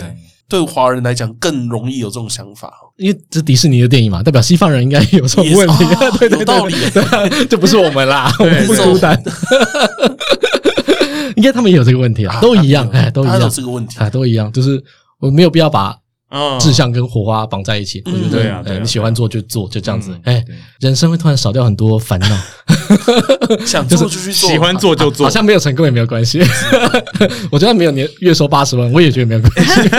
对华人来讲更容易有这种想法哦。因为这是迪士尼的电影嘛，代表西方人应该有这种问题，也是哦对对对，有道理对啊这不是我们啦，我们不是哦孤单，应该他们也有这个问题啦，都一样，哎，都一哦大家样，这个问 题。啊，都一样，就是我没有必要把嗯志向跟火花绑在一起，我觉对啊得，对啊哎，你喜欢做就做，就这样子嗯，哎，人生会突然少掉很多烦恼，想做就去做，喜欢做就做好，像没有成功也没有关系，我觉得没有年月收八十万，我也觉得没有关系，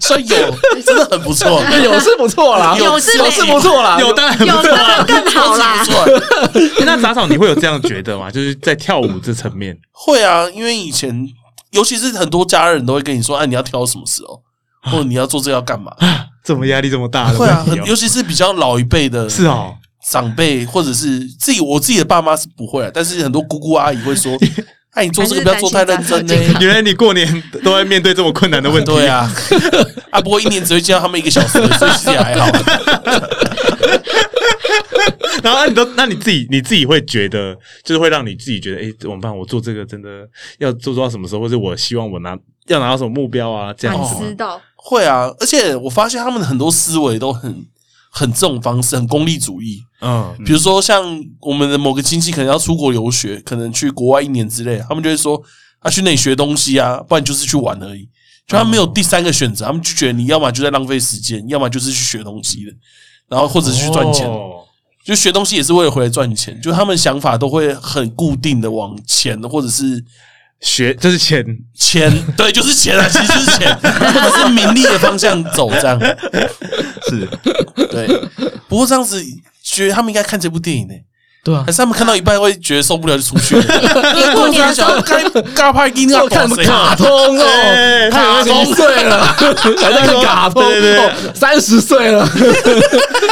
所以有哎真的很不错，有是不错啦，有是没是不错啦， 有当然啊有当然更好啦不。错。欸那杂草你会有这样觉得吗？就是在跳舞这层面，会啊，因为以前尤其是很多家人都会跟你说，哎、你要挑什么时候，或者你要做这要干嘛？怎么压力这么大的会啊，问很题哦、尤其是比较老一辈的，是哦，长辈或者是自己，我自己的爸妈是不会啊，但是很多姑姑阿姨会说，哎，你做这个不要做太认还是真呢、担心欸他。原来你过年都会面对这么困难 的问题。对啊，啊，不过一年只会见到他们一个小时，所以其实也还好。啊然后你都，那你自己你自己会觉得，就是会让你自己觉得，哎，怎么办？我做这个真的要做做到什么时候，或者我希望我拿要拿到什么目标啊？这样反子思哦吗？到，会啊，而且我发现他们很多思维都很很这种方式，很功利主义。嗯，比如说像我们的某个亲戚可能要出国留学，可能去国外一年之类，他们就会说啊，去那里学东西啊，不然就是去玩而已。就他们没有第三个选择，他们就觉得你要么就在浪费时间，要么就是去学东西的，然后或者去赚钱。哦就学东西也是为了回来赚钱，就他们想法都会很固定的往钱或者是学就是钱，钱，对，就是钱啊，其实就是 钱，或者是名利的方向走这样。是 对，不过这样子，觉得他们应该看这部电影呢、对啊还，是他们看到一半会觉得受不了就出去 了？你过年的时候该嘎派一定要我看什么谁卡通哦哎，卡通岁了， 还在看卡通，哦对对对三十岁了，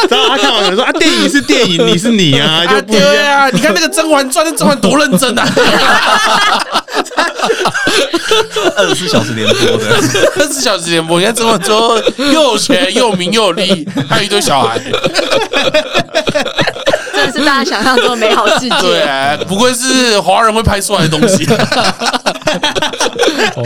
然后他看完了说啊，电影是电影，你是你啊，啊，就不一对样。啊！你看那个《甄嬛传》，那甄嬛多认真啊， 二十四小时连播的， 二十小时联播，你看《甄嬛最后又有钱又有名又有利，还有一堆 小孩。啊真的是大家想象中的美好世对界。啊，不愧是华人会拍出来的东 西，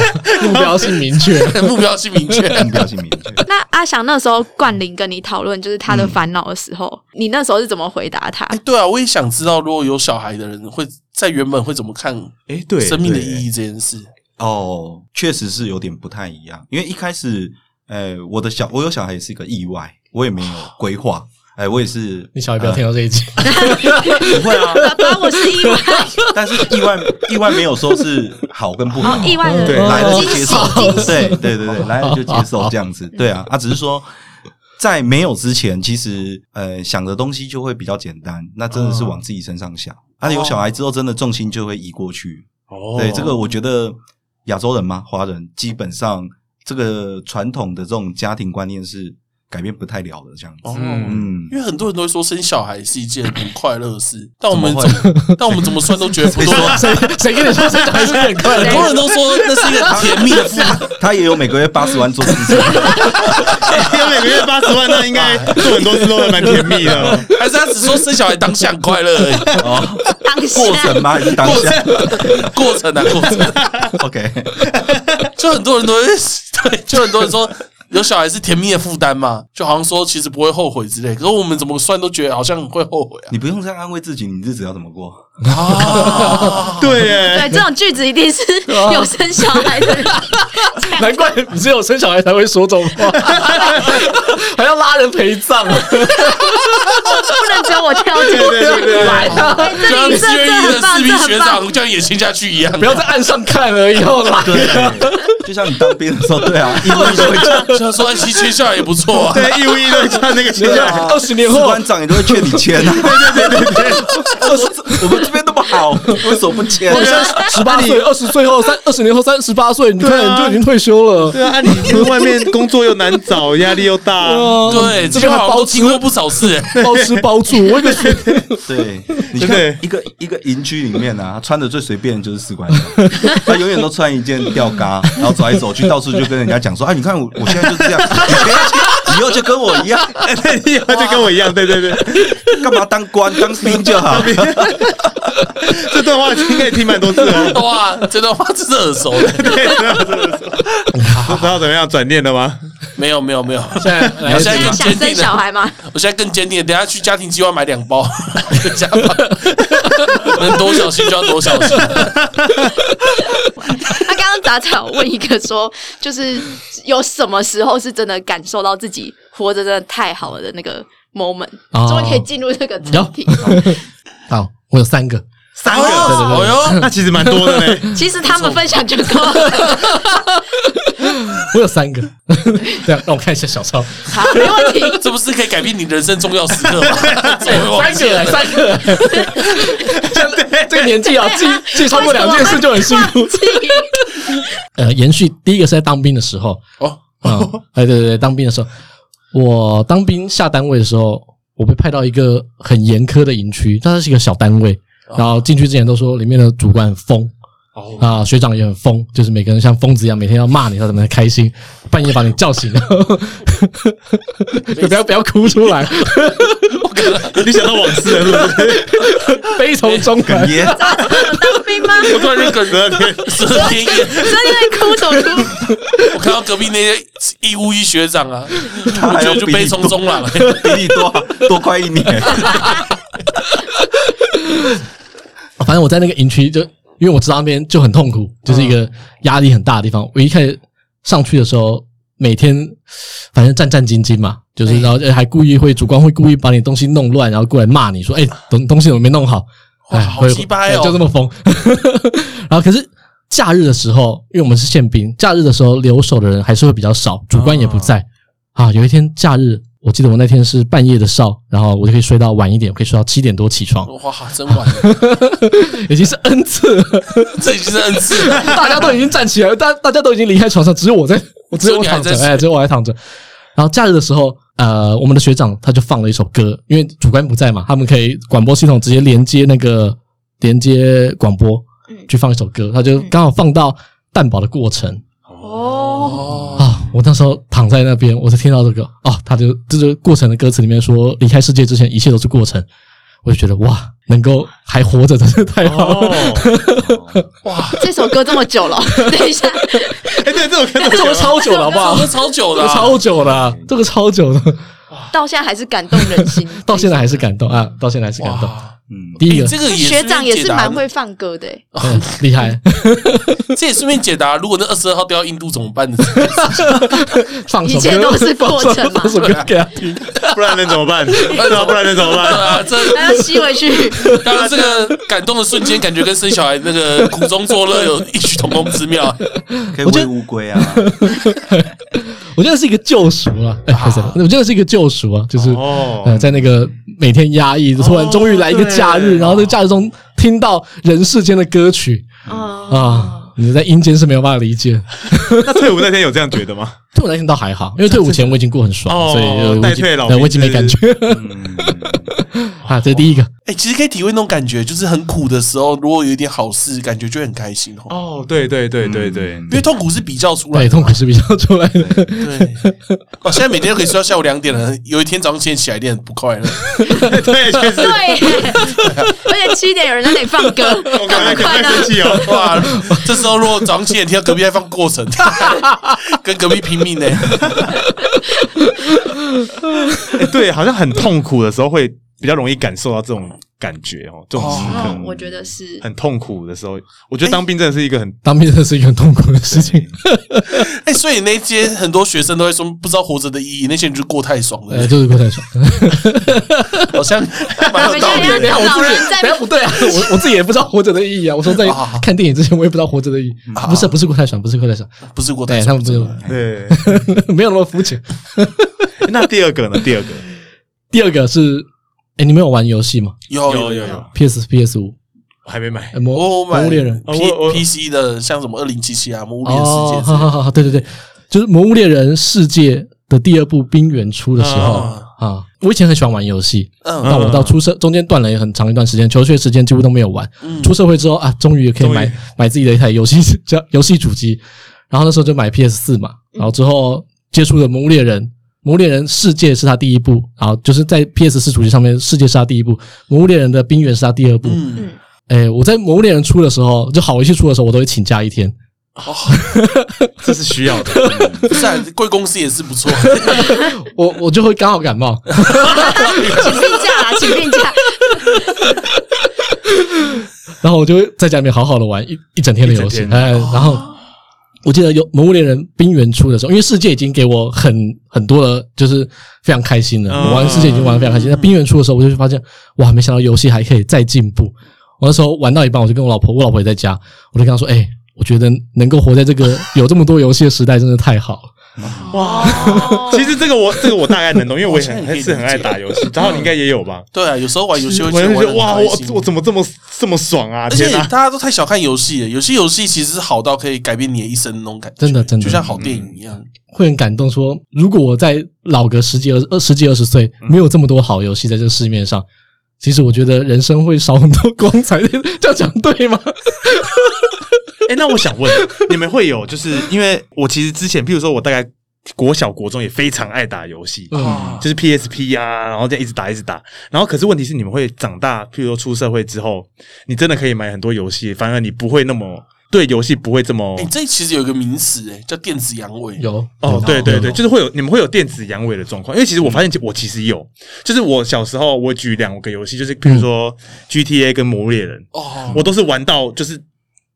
目标性明确。目标性明确。目标性明确。那阿翔那时候冠霖跟你讨论就是他嗯的烦恼的时候，你那时候是怎么回答 他？哎，对啊，我也想知道，如果有小孩的人会在原本会怎么看哎，对，生命的对意义这件事？哦，确实是有点不太一样，因为一开始，呃，我的小我有小孩也是一个意外，我也没有规划，哎、我也是呃你小孩不要听到这一集，不会啊，爸爸，我是意外，但是意外意外没有说是好跟不好，哦意外的对来了就接受惊喜惊，喜对对对对，来了就接 受这样子，对啊，啊，只是说在没有之前，其实呃想的东西就会比较简单，那真的是往自己身上想，啊，有小孩之后，真的重心就会移过去，哦对，这个我觉得亚洲人嘛，华人基本上这个传统的这种家庭观念是改变不太了的，这样子。哦嗯 嗯因，为很多人都会说生小孩是一件很快乐的事，但我们怎怎么么但我们怎么算都觉得不对。谁 谁跟你说生小孩是很 快很乐？多人都说那是一个甜蜜的负担，他也有每个月八十万做支持，要每个月八十万，那应该做很多事都还蛮甜蜜的哦。还是他只说生小孩当下很快乐而已，当下过程吗？还是当 过下程过程啊过程， ？OK，就很多人都会对，就很多人说。有小孩是甜蜜的负担嘛？就好像说其实不会后悔之类，可是我们怎么算都觉得好像会后悔你不用这样安慰自己，你日子要怎么过？啊！啊对耶，对这种句子一定是有生小孩的人，难怪你只有生小孩才会说这种话， 还要拉人陪葬。不能只有我跳进对对对对来啊！哎就这里像志这愿这役的很棒，士这兵学很棒长，叫你也亲下去一样，不要在岸上看而已，要 来。对，就像你当兵的时候，对啊，义务役都会讲，就像说哎其实亲下来也不错啊。对，义务役都穿那个裙对子。啊20年后士官长也都会劝你签啊。对对对对对，我说我们这边那么好，为什么不签？十八岁、二十岁后、三二十年后三十八岁，你看对啊你就已经退休了。对啊，啊你 外面工作又难找，压力又大。哦 啊对，这边这边还好像包都吃听过不少事、哎包吃包住，我以 为是对，你对看一个一个营区里面啊，穿的最随便的就是士官长，他永远都穿一件吊嘎，然后走来走去，到处就跟人家讲说：“啊，你看我我现在就这样，你不要去以后就跟我一样，哎对，你以后就跟我一样，对对对，干嘛当官当兵就好。这段话应该也听蛮多次 哦。哇，这段话真是耳熟的。对，这段话真的是不知道怎么样转念了吗？没有没有没有，现在来我得现及在更吗想坚生定小了，孩吗？我现在更坚定了。等一下去家庭计划买两包，加吧能多小心就要多小心。他刚刚打岔，我问一个说，就是有什么时候是真的感受到自己活着真的太好了的那个 moment，哦终于可以进入这个主题。 好，我有三个，三个，哦哟，那其实蛮多的呢。 其实他们分享就够了，我有 三个。对啊，让我看一下小抄。好，没问题。这不是可以改变你人生重要时刻吗？怎么会忘三记个，哦三个。 这这个年纪啊， 记记超过两件事就很辛 苦。呃，延续第一个是在当兵的时候，哦，啊、哎，对对对，当兵的时候，我当兵下单位的时候，我被派到一个很严苛的营区，但它是一个小单位，然后进去之前都说里面的主管很疯。啊，学长也很疯，就是每个人像疯子一样，每天要骂你，他怎么开心，半夜把你叫 醒，然后就不要不要哭出来，你想到往事了，是不是？ 悲从中来。爷，当兵吗？我突然就梗十二天十二天夜，真的哭什么哭？我看到隔壁那些义务一学长啊，他我还觉要得就比悲你从多中了。 比你多多快一年。反正我在那个营区就，因为我知道那边就很痛苦，就是一个压力很大的地方。我一开始上去的时候，每天反正战战兢兢嘛，就是然后哎还故意会主观会故意把你东西弄乱，然后过来骂你说：“哎、东东西怎么没弄好？”哇哎，好会鸡掰哦哎就这么疯。 然后可是假日的时候，因为我们是啊宪兵，假日的时候留守的人还是会比较少，主观也不在。啊，有一天假日，我记得我那天是半夜的哨，然后我就可以睡到晚一点，我可以睡到七点多起床，哇，真晚了，已经是 N 次了，这已经是 N 次了。 大家都已经站起来了，大大家都已经离开床上，只有 我在，我只有我躺只着有你还在，睡哎，只有我还躺着。然后假日的时候，呃，我们的学长他就放了一首歌，因为主观不在嘛，他们可以广播系统直接连接那个连接广播嗯去放一首歌，他就刚好放到蛋堡的过程哦，哦，啊。我那时候躺在那边，我就听到这个啊，他就这就是过程的歌词里面说，离开世界之前一切都是过程，我就觉得哇，能够还活着真是太好哦了。这首歌这么久了，等一下，哎，对，这首歌这个超久了，好不好这？超久 这的个啊，超久了啊，这个超久了，到现在还是感动人心，到现在还是感动啊，到现在还是感动。哇！嗯，第一个哎这个也学长顺便也解是答蛮会放歌的欸，嗯厉害， 这也顺便解答，如果那二十二号掉到印度怎么办 呢？放首一切歌都是过程嘛放首歌给他听。不然能怎么办？不然能怎么对办？啊，这还要哦吸回 去。刚刚这个感动的瞬间，感觉跟生小孩那个苦中作乐有异曲同工之妙。可以我觉喂得乌龟啊，我觉得是一个救赎啊，哎，不是我觉得是一个救赎啊，就是呃，哦，在那个每天压抑，突然终于来一个假日，对然后在假日中听到人世间的歌曲哦，啊，你在阴间是没有办法理解。那退伍那天有这样觉得吗？退伍那天倒还好，因为退伍前我已经过很爽哦，所以呃我代已经退老呃兵我已经没感觉嗯， 啊。这是第一个，哎，其实可以体会那种感觉，就是很苦的时候，如果有一点好事，感觉就会很开心哦。哦，对对对对对，因为痛苦是比较出来对，的痛嘛，苦是比较出来的。对。哦，现在每天都可以睡到下午两点了，有一天早上七点起来有点不 快乐。对，确实 对，耶，而且七点有人在那里放歌，我更刚才不可快能乐生。气哦。 哇，这时候如果早上七点听到隔壁在放过程， 跟隔壁拼命呢。哎对，好像很痛苦的时候会比较容易感受到这种感觉哦，这种时刻哦，我觉得是很痛苦的时候，我觉得当兵真的是一个很当兵真的是一个很痛苦的事情，哎、所以那些很多学生都会说不知道活着的意义，那些人就过太爽呃，了，就是不太 爽。好像 蛮有道理等一的。下老人在等一下 不对啊，我我自己也不知道活着的意义啊。我说在啊看电影之前，我也不知道活着的意义。不是不是过太爽，不是过太爽，不是过太对爽，哎他们不是 对。 没有那么肤浅。哎那第二个呢？第二个第二个是，哎，你们有玩游戏吗有有哦有有有？PS PS 五我还没买呃魔我买魔物猎人 P 呃我我 P C 的，像什么二零七七啊、魔物猎人世哦，界之好类的好好好，对对对，就是《魔物猎人世界》的第二部《冰原》出的时候哦啊啊，我以前很喜欢玩游戏，嗯但我到出社中间断了也很长一段时间，求学时间几乎都没有玩。嗯出社会之后啊，终于可以终于买买自己的一台游戏 叫游戏主机，然后那时候就买 PS 四嘛，然后之后接触的《魔物猎人》。《魔物猎人世界》是他第一部，然后就是在 PS 四主机上面，《世界》是他第一部，《魔物猎人》的《冰原》是他第二部。嗯，哎、我在《魔物猎人》出的时候，就好游戏出的时候，我都会请假一天。哦，这是需 要的。不是啊，贵公司也是不 错，我我就会刚好感冒，请病假啦，请病假。 然后我就会在家里面好好的玩一一整天的游一戏整，天哎，然后我记得有《魔物猎人冰原》出的时候，因为世界已经给我很很多的，就是非常开心了，嗯我玩世界已经玩得非常开心。那冰原出的时候，我就会发现，哇，没想到游戏还可以再进步。我那时候玩到一半，我就跟我老婆，我老婆也在家，我就跟她说，哎、我觉得能够活在这个有这么多游戏的时代，真的太好了。哦其实这个我这个我大概能懂，因为我也好很像也可以还是很爱打游戏，然后你应该也有吧？对啊，有时候玩游戏会我觉就得玩觉得得哇，很我开心我怎么这么这么爽啊！而且天哪！大家都太小看游戏了，有些游戏其实是好到可以改变你的一生的那种感觉，真的真的就像好电影一嗯样。会很感动说，如果我再老个十几二二十几二十岁，没有这么多好游戏在这市面上，其实我觉得人生会少很多光彩。 这样讲对吗？哎，那我想问， 你们会有就是因为我其实之前，譬如说我大概国小国中也非常爱打游戏，嗯就是 PSP 啊，然后这样一直打一直打，然后可是问题是你们会长大，譬如说出社会之后，你真的可以买很多游戏，反而你不会那么对游戏不会这么哎、这其实有一个名词，哎，叫电子阳痿。有哦，对对对，有就是会有你们会有电子阳痿的状况，因为其实我发现我其实有，就是我小时候我举两个游戏，就是比如说 GTA 跟《魔物猎人》，哦，我都是玩到就是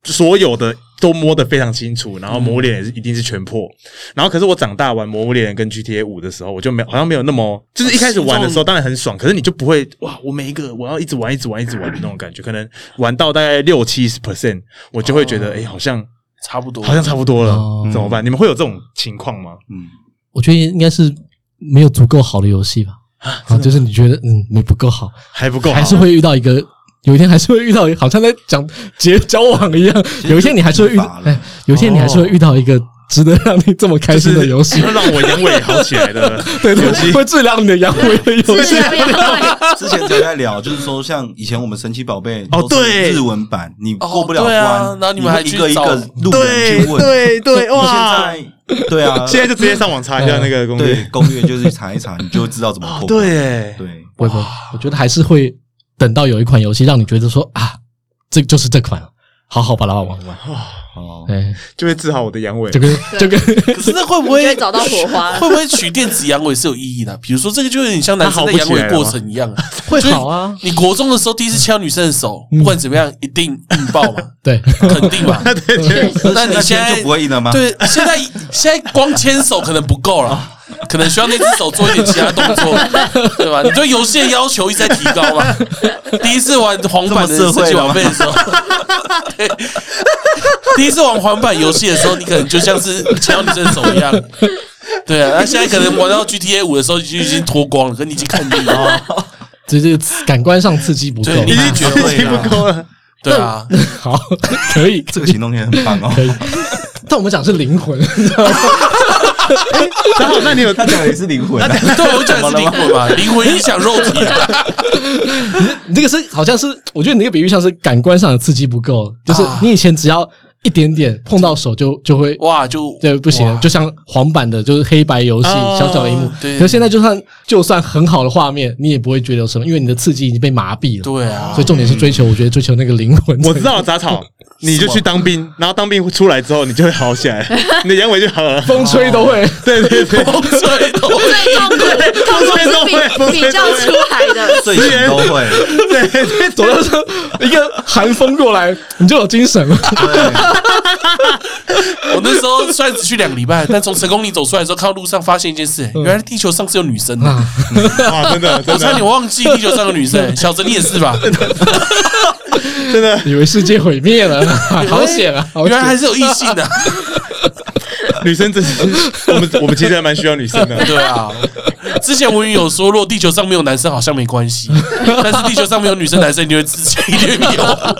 所有的都摸得非常清楚，然后《魔物猎人》也是一定是全破，然后可是我长大玩《魔物猎人》跟 GTA 五的时候，我就没好像没有那么，就是一开始玩的时候当然很爽，可是你就不会哇，我每一个我要一直玩一直玩一直玩的那种感觉，可能玩到大概六七十 percent，我就会觉得哎、诶好像差不多，好像差不多了哦，怎么办？你们会有这种情况吗？嗯，我觉得应该是没有足够好的游戏吧？啊，就是你觉得嗯，没不够好，还不够好，还是会遇到一个。有一天还是会遇到，好像在讲结交往一样。实有一天你还是会遇就疲乏，了哎，有一天你还是会遇到一个值得让你这么开心的游戏，会 让我阳痿好起来的对对游戏对，会治疗你的阳痿的游戏是。这样之前才在聊，就是说像以前我们神奇宝贝哦都是对日文版你过不了哦对关，啊然后你们还会一个去一找个路人去问。对对，你现在对啊，现在就直接上网查一下那个攻对略。哦攻略就是查一查，你就知道怎么破关。对，对，不会不会，我觉得还是会等到有一款游戏让你觉得说啊，这就是这款，好好把它玩完。哦，哎，就会治好我的阳痿就。跟就跟可是那会不就会会找到火花。会不会取电子阳痿是有意义的啊？比如说，这个就有点像男生在阳痿过程一样啊。会好啊，你国中的时候第一次牵到女生的手，不管怎么样，一定引爆嘛， 对，肯定嘛。对那你那现现在在就不会赢了 吗？，对，现在现在光牵手可能不够了，可能需要那只手做一点其他动作，对吧？你对游戏的要求一直在提高嘛。第一次玩黄版的这神么社会奇了宝吗贝的时候，对，第一次玩黄版游戏的时候，你可能就像是牵到女生的手一样。对啊，那现在可能玩到 GTA 五的时候，你就已经脱光了，可你已经看腻了。这这个感官上刺激不够对，已你经绝对不够了，对啊，好， 可以这个行动也很棒哦。可以。但我们讲是灵魂， 然后那你有他讲的也是灵魂啊，对我讲的是灵魂嘛，灵魂影响肉 体啊。你这个是好像是，我觉得你那个比喻像是感官上的刺激不够，就是啊你以前只要一点点碰到手就就会哇，就对，不哇行，就像黄版的，就是黑白游戏，哦小小的一幕。对可是现在就算就算很好的画面，你也不会觉得有什么，因为你的刺激已经被麻痹了。对啊所以重点是追求，我觉得追求那个灵魂。我知道了杂草，你就去当兵，然后当兵出来之后，你就会好起来，你的阳痿就好了。风吹都 会。对对对，风吹都最痛苦，痛苦是比比较出来的。睡醒都会。对对，走到说一个寒风过来，你就有精神了。我那时候虽然只去两个礼拜，但从成功里走出来的时候，看到路上发现一件事、嗯原来地球上是有女生的。 哇，真的我真差的点忘记地球上有女生，小泽你也是吧？真的， 以为世界毁灭 了，好险啊！好原来还险！是有异性的，女生真是我们我们其实还蛮需要女生的。对啊。之前文宇有说，如果地球上没有男生好像没关系，但是地球上没有女生，男生你就会自己一定有。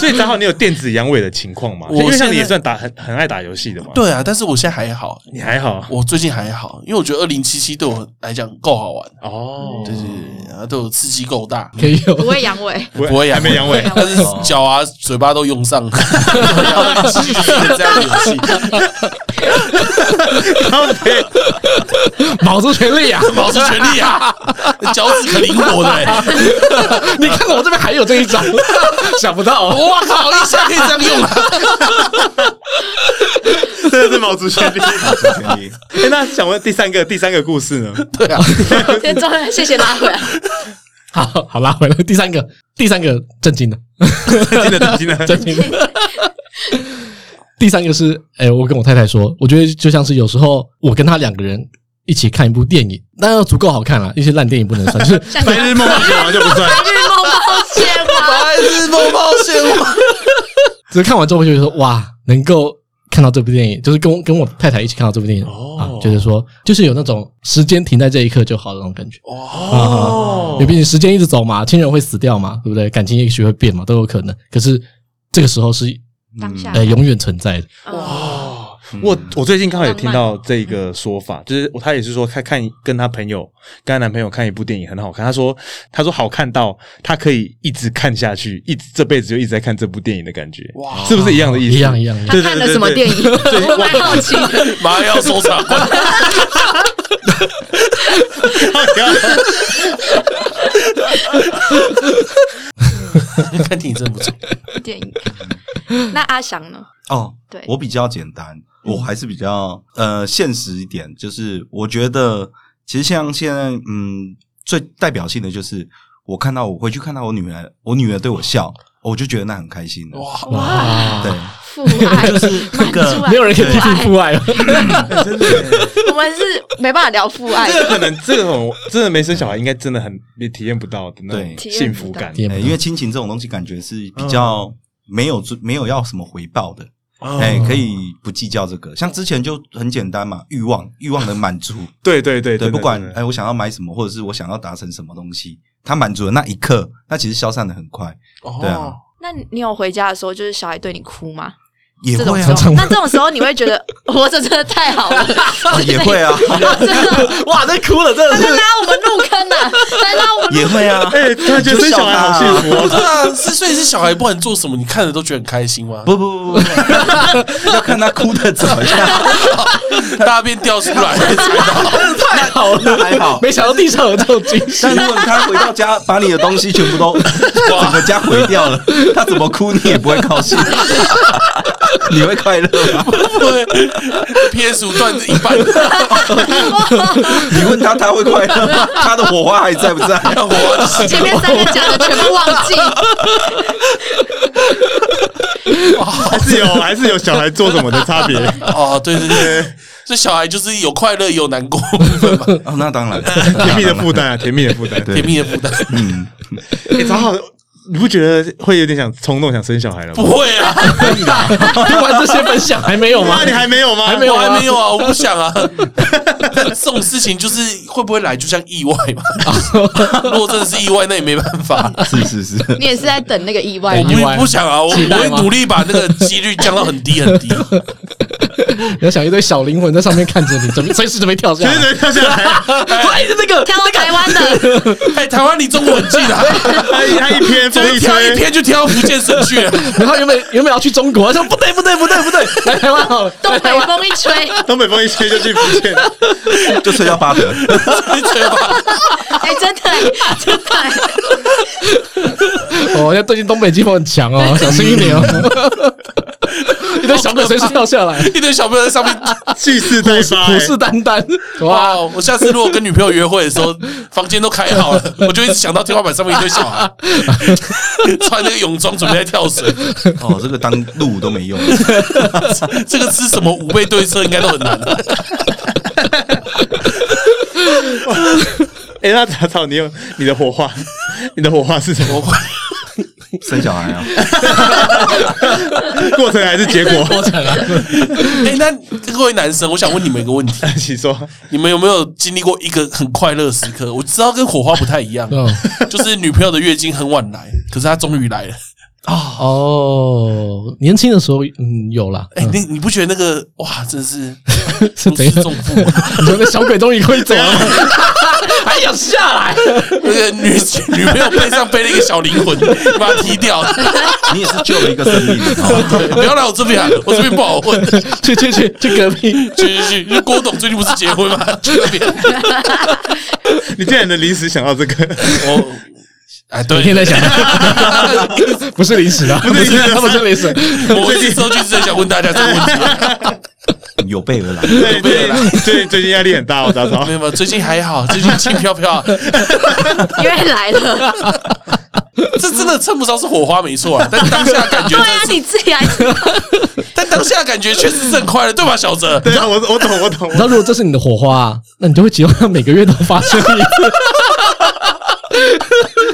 所以正好你有电子阳痿的情况嘛？我因为像你也现在算打很很爱打游戏的嘛。，对啊，但是我现在还好，你还好我最近还好，因为我觉得二零七七对我来讲够好玩，哦，就是然后对我刺激够大。可以不有会阳痿，不啊不会阳还没阳痿，但是脚啊、嘴巴都用上，然后就是这样的游戏。然后对，卯足全 力啊！保持全力啊！脚趾可灵活的、 欸，你看到我这边还有这一 招，想不到哦，哇靠，一下可以这样用啊！真的是卯足全力。全力哎，那想问第三个第三个故事呢？对啊，先终于谢谢拉回来。好好拉回来。第三个，第三个震惊的，真的真的 真心的。第三个是，哎、我跟我太太说，我觉得就像是有时候我跟她两个人一起看一部电影，但要足够好看了，一些烂电影不能算，就是像白日梦梦完就不算。白日梦冒险王，白日梦冒险王，只是看完之后会觉得说，哇，能够看到这部电影，就是跟我跟我太太一起看到这部电影，哦啊，觉得说就是有那种时间停在这一刻就好的那种感觉。哦因为毕竟时间一直走嘛，亲人会死掉嘛，对不对？感情也许会变嘛，都有可能。可是这个时候是当嗯下呃永远存在的。哦哦哇，我我最近刚好也听到这一个说法，就是我他也是说看看跟他朋友跟他男朋友看一部电影很好看，他说他说好看到他可以一直看下去，一直这辈子就一直在看这部电影的感觉，哇是不是一样的意思？一样一样一样对他看对对了什么对电影？我蛮好奇 的。马上要收场，看电影真的不错。电影。那阿翔呢？哦，对我比较简单，我还是比较呃现实一点，就是我觉得其实像现在嗯最代表性的就是我看到我回去看到我女儿，我女儿对我笑，我就觉得那很开心了。哇，哇，对，父爱就是那满足个啊没有人可以批评对父爱啊了，真的我们是没办法聊父爱这的。 个可能，这个很真的没生小孩，应该真的很也体验不到的那种对幸福感。体验不欸到因为亲情这种东西感觉是比较没有没有要什么回报的，嗯哎、可以不计较这个。像之前就很简单嘛，欲望，欲望能满足，对对对对，真的不管真的哎，我想要买什么，或者是我想要达成什么东西，它满足了那一刻，那其实消散的很快，对啊哦，那你有回家的时候，就是小孩对你哭吗？也这种会时啊，候，那这种时候你会觉得 活着真的太好了，哦 也会 啊，真的，哇，这哭了，真的他在是。拉我们入坑呢、啊，在拉我们也入会啊。哎，突然觉得生小孩好幸福不哦。是啊，是所以是小孩，不管做什么，你看着都觉得很开心吗？不不不 不，要看他哭的怎么样，大便掉出来，太 好了，还好。没想到地上有这种惊喜但。如果他回到家，把你的东西全部都 整个家毁掉 了，他怎么哭你也不会高兴， 你会快乐 吗？对，PS 五断一半，你问他，他会快乐 吗？他的火花还在不在？让我坑前面三个讲的全部忘 记，啊还是有还是有小孩做什么的 差别。哦，对对对，这小孩就是有快乐也有难过的部分嘛，哦，那当然， 甜蜜的负担啊，甜蜜的负担。甜蜜的负担。嗯，哎，早好，你不觉得会有点想冲动想生小孩了吗不？会啊，听完这些分享还没有吗啊，？你还没有吗？还没有我吗还没有 啊，我不想啊。 这种事情就是会不会来，就像意外 嘛。如果真的是意外，那也没办法。是是是，你也是在等那个意外哎我吗意不外不想啊，我我期待会吗努力把那个几率降到很低很 低。你要想一堆小灵魂在上面看着你，准备随时准备跳下真来。的跳下来，哎，那个挑台湾的，哎，台湾离中国很近 啊，哎他一他一偏怎风么一挑一吹，天就挑福建省去了？然后原本原本要去中国，他说不对不对不对不对，来台湾好了，东来北台湾。风一吹，哎东北风一吹就去福建。 就吹到巴德，哎、真的、真的、 哦，要最近东北季风很强哦，小心一点哦。一堆小鬼随时跳下来，一堆小朋友在上 面。蓄势待发、虎视眈眈。哇！哇，我下次如果跟女朋友约会的时候，房间都开好 了，我就一直想到天花板上面一堆小孩穿那个泳装准备在跳水。哦，这个当路都没用，这个吃什么五倍对策应该都很难。哎、那草草，你有你的火花，你的火花是什么？生小孩啊， 过程还是 结果？多惨啊！哎、那各位男生，我想问你们一个问 题： 请说。你们有没有经历过一个很快乐的时刻？我知道跟火花不太一样，嗯就是女朋友的月经很晚来，可是她终于来了。哦，年轻的时候，嗯，有啦。哎、你你不觉得那个哇，真是 是如怎释样？重负啊吗？你说那小鬼终于会走 了，还想下来？那个女女朋友背上背了一个小灵魂，你把它踢掉， 你也是救了一个生命，哦对不要来我这边啊，我这边不好混。 去去去去隔壁！去去去，郭董最近不是结婚吗？去那边，你竟然能临时想到这个，我哎，对，每天在想，不是临时的， 不是临时的他不是临时。 我这时候就是在想问大家这个问题。啊有备而来。 对对对，最近压力很大哦，早草没。有没有，最近还好，最近轻飘飘啊，因为来了，这真的称不上是火花，没错啊。但当下感觉 对啊，真的你自己来，是，但当下感觉确实是很快乐，对吧，小泽？对啊，我我懂我懂你。知道，如果这是你的火花啊，那你就会期望它每个月都发生一次。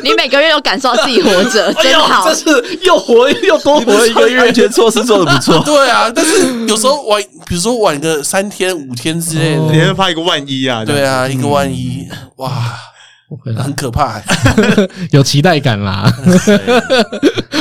你每个月有感受到自己活着，哎真呦好这。是 又活又多活了一个安月。全措施做的不错，对啊，但是有时候晚，比如说晚个三天五天之类哦的，你会怕一个万一啊？对，啊，一个万一，哇，很可怕欸。 有期待感啦，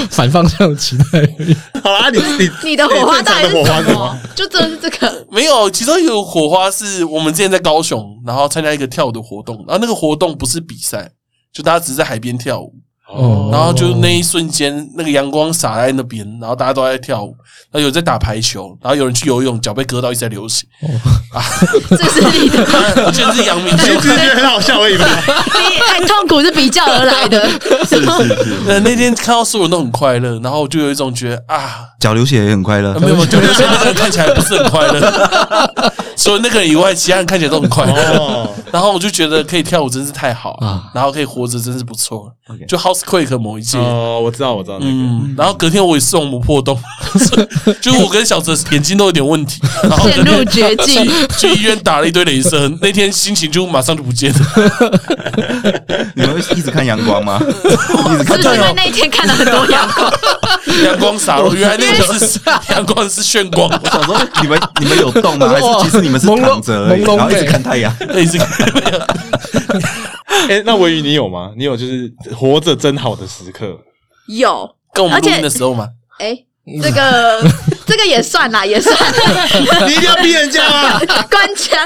反方向有期待。啊好啦，你你你的火花你正到常底的是哎火花什是什么么？就真的是这个，没有，其中一个火花是我们之前在高雄，然后参加一个跳舞的活动，然后那个活动不是比赛，就大家只是在海边跳舞，哦然后就那一瞬间，那个阳光洒在那边，然后大家都在跳舞，然后有人在打排球，然后有人去游泳，脚被割到一直在流血。 这是你的，我记得是阳明你秀只，是觉得哎很好笑而已吧？ 你哎痛苦是比较而来的，什么？呃，那天看到所有人都很快乐，然后我就有一种觉得啊， 脚流血也很快乐啊哦没。有，我 就现在看起来不是很快乐， 除了那个人以外，其他人看起来都很快乐。哦，然后我就觉得可以跳舞真是太好啊了，然后可以活着真是不错。就 Housequake 某一届，哦，我知道我知道那个。嗯，然后隔天我也送魔破洞，就是我跟小泽眼睛都有点问题，然后陷入绝境。去医院打了一堆雷声，那天心情就马上就不见了。你们会一直看阳光吗？一直是哦 看不是因为那一天看了很多阳光？阳光洒落，原来那个是阳光是炫光，我想说，你们你们有 动吗？还是其实你们是朦胧躺着而已，朦胧然后一直美看太阳？那是哎、那维宇你有吗？你有就是活着真好的时刻，有，跟我们而录且音的时候嘛，哎，这 个这个也算啦，也算 你一定要逼人家啊吗？ 关枪。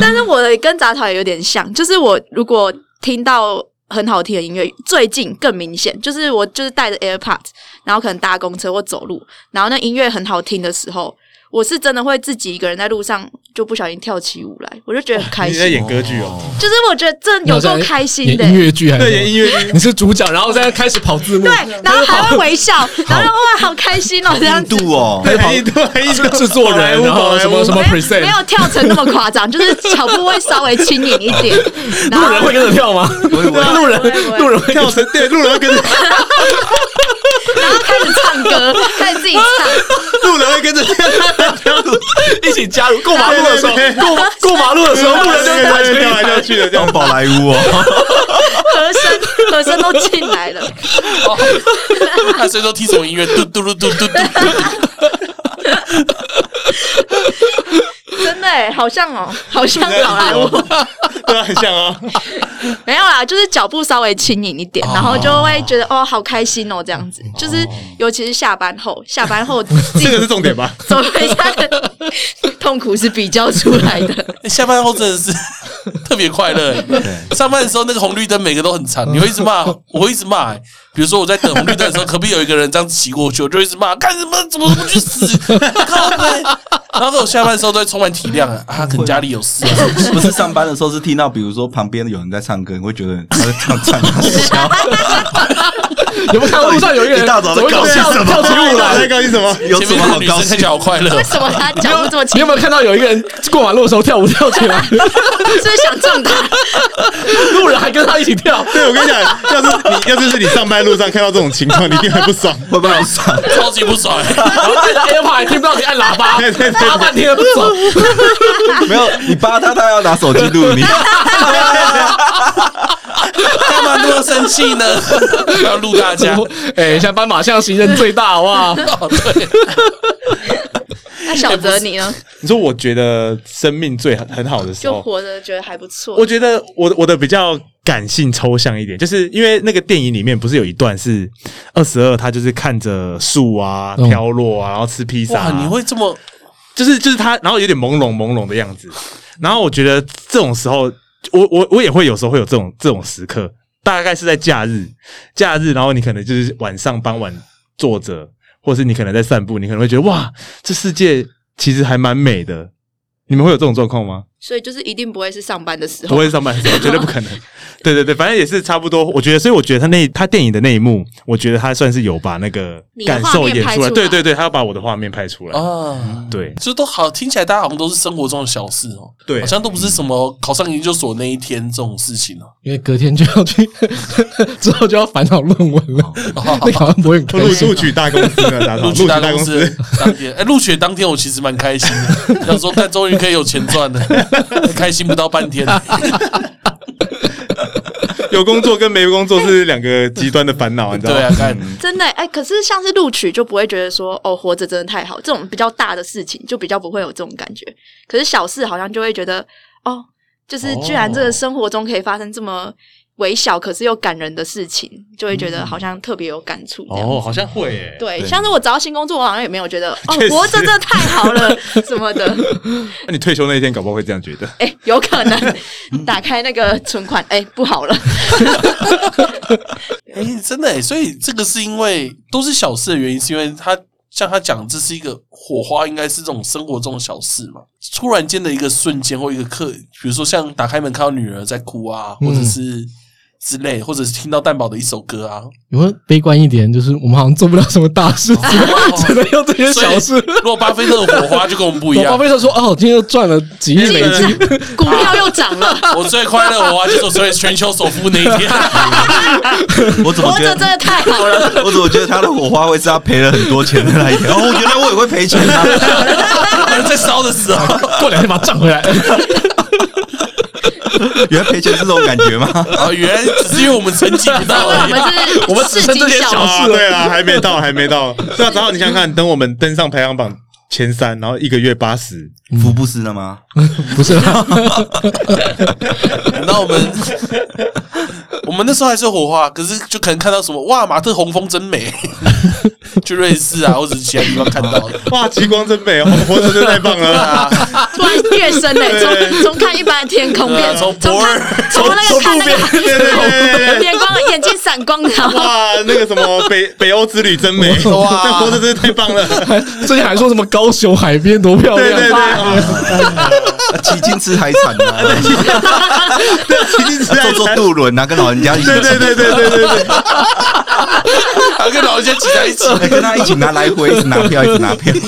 但是我的跟杂草也有点像，就是我如果听到很好听的音乐，最近更明显，就是我就是带着 AirPods，然后可能搭公车或走路，然后那音乐很好听的时候。我是真的会自己一个人在路上就不小心跳起舞来，我就觉得很开你心在。演歌剧哦，就是我觉得这有够开心的、演音乐剧还是对，什演么音乐剧。你是主角，然后再开始跑字幕，对，然后还会微笑，然后哇，好开心哦，这样印 子。度哦，对，印度 印度制作人，然后什么什么没有 present，没有跳成那么夸张，就是脚步会稍微轻盈一点。然路后人会跟着跳吗？路人不会不会路人会跟跳着成对路人会跟着然后开始唱歌， 开始自己唱，路人会跟着跳，一起加入过马路的时候对对，过过马路的时候，路人就会对对对跳来跳去的这样像。宝莱坞哦， 和声和声都进来了。 他所以说听什么音乐，嘟嘟嘟嘟 嘟嘟，真的哎，好像哦，好像好莱坞对啊，很像啊。没有啦，就是脚步稍微轻盈一哦点，然后就会觉得哦，好开心哦，这样子。就是尤其是下班后，下班 后自这个己是重点吧？走回家的痛苦是比较出来 的。欸下班后真的是 特别快乐、欸。上班的时候那个红绿灯每个都很长，你会一直骂，我会一直骂、欸。比如说我在等红绿灯的时候，隔壁有一个人这样骑过去，我就一直骂，干什么？怎么不去 死？靠背。然后我下班的时候都会充满体谅啊，啊，可能家里有事、啊。不是上班的时候是听到，比如说旁边有人在唱歌，你会觉 得他在唱唱他笑，有没有看到路上有一个人哦一大早在怎么搞些跳什么跳起舞来？在高兴什么？有前什面么那好个女高生看兴起？来好快乐 为，什么他脚步这么 你轻有没有看到有一个人过马路的时候跳舞跳起来？是不是想撞他？路人还跟他一起 跳，对，我跟你讲，要是你要是是你上班路上看到这种情况，你一定很不爽。会不会很爽？超级不爽、欸。然后戴着 AirPod 还听不到你按喇叭对对，对拉半天不走。 没有，你扒他，他要拿手机录 你。 干嘛那么生气呢？ 要录大 家。 哎，现在斑马象行人最大，好不好？哦，对，那小泽你哦呢？你说，我觉得生命最很好的时就候，活着觉得还不错。我觉得我的我的比较感性抽象一点，就是因为那个电影里面不是有一段是二十二，他就是看着树啊嗯飘落啊，然后吃披萨、哇，啊，你会这么就是就是他，然后有点朦胧朦胧的样子。然后我觉得这种时候，我我我也会有时候会有这种这种时刻，大概是在假日，假日，然后你可能就是晚上傍晚坐着，或是你可能在散步，你可能会觉得哇，这世界其实还蛮美的。你们会有这种状况吗？所以就是一定不会是上班的时不候。会是上班的时候，绝对不可能。 对对对，反正也是差不多。我觉得，所以我觉得他那他电影的那一幕，我觉得他算是有把那个你的感画受面演拍出来。出对来对对，他要把我的画面拍出来。啊？对这都好，听起来大家好像都是生活中的小事哦，对好像都不是什么考上研究所那一天这种事情哦。因为隔天就要去， 之后就要烦恼论文了，哦那个好像不会很开录 心。录取大公司呢，打扫录录取取大啊大公公司司。当天，哎、录取当天我其实蛮开心 的，想说看终于可以有钱赚了，开心不到半天。有工作跟没工作是两个极端的烦恼，你知道对啊吗？，看真的哎、可是像是录取就不会觉得说哦，活着真的太好，这种比较大的事情就比较不会有这种感觉。可是小事好像就会觉得哦，就是居然这个生活中可以发生这么微小可是又感人的事情，就会觉得好像特别有感触这样。哦哦好像会诶。对，对像是我找到新工作，我好像也没有觉得哦确，实活着真的太好了什么的，那你退休那一天，搞不好会这样觉得。哎、有可能打开那个存款，哎、不好了，哎、真的、欸，所以这个是因为都是小事的原因，是因为他像他讲，这是一个火花，应该是这种生活中的小事嘛。突然间的一个瞬间或一个刻，比如说像打开门看到女儿在哭啊，或者嗯是之类，或者是听到蛋宝的一首歌啊，有没有悲观一点？就是我们好像做不了什么大事，只哦能 只能用这些小事。如果巴菲特的火花就跟我们不一 我巴样。菲特说：“哦，今天又赚了几亿美进 金。账股票又涨了。我最快乐的火花就是我成为全球首富那一天。 我怎么活觉着真得？的太好了， 我怎么觉得他的火花会是他赔了很多钱的那一天？哦，原来我也会赔钱啊！ 在烧的时候，过两天把它赚回来。”原来赔钱是这种感觉吗？啊，原来只是因为我们成绩不到而我已们。是我们只市剩井这些小小民事啊，对啊，还没到，还没到。对啊，然后你想想看，等我们登上排行榜前三，然后一个月八十，福布斯的吗？ 不是啦， 然后我们我们那时候还是有火花，可是就可能看到什么哇，马特洪峰真美， 去瑞士啊，或者是其他地方看到的。哇，极光真美哦，活着真的太棒对了。啊，突然跃升嘞，从从看一般的天空变呃从从博看尔从那个看那个对对对对眼光眼睛闪光的，然后哇，那个什么北北欧之旅真美，哇那活着真的太棒了。最近还说什么高雄海边多漂对亮，对对，啊啊骑金吃海产 啊，对，骑进自坐然坐餐。渡轮啊，跟老人家一起，对对对对对对对，还跟老人家挤在一起。哎跟他一起拿来回，一直拿票，一直拿票。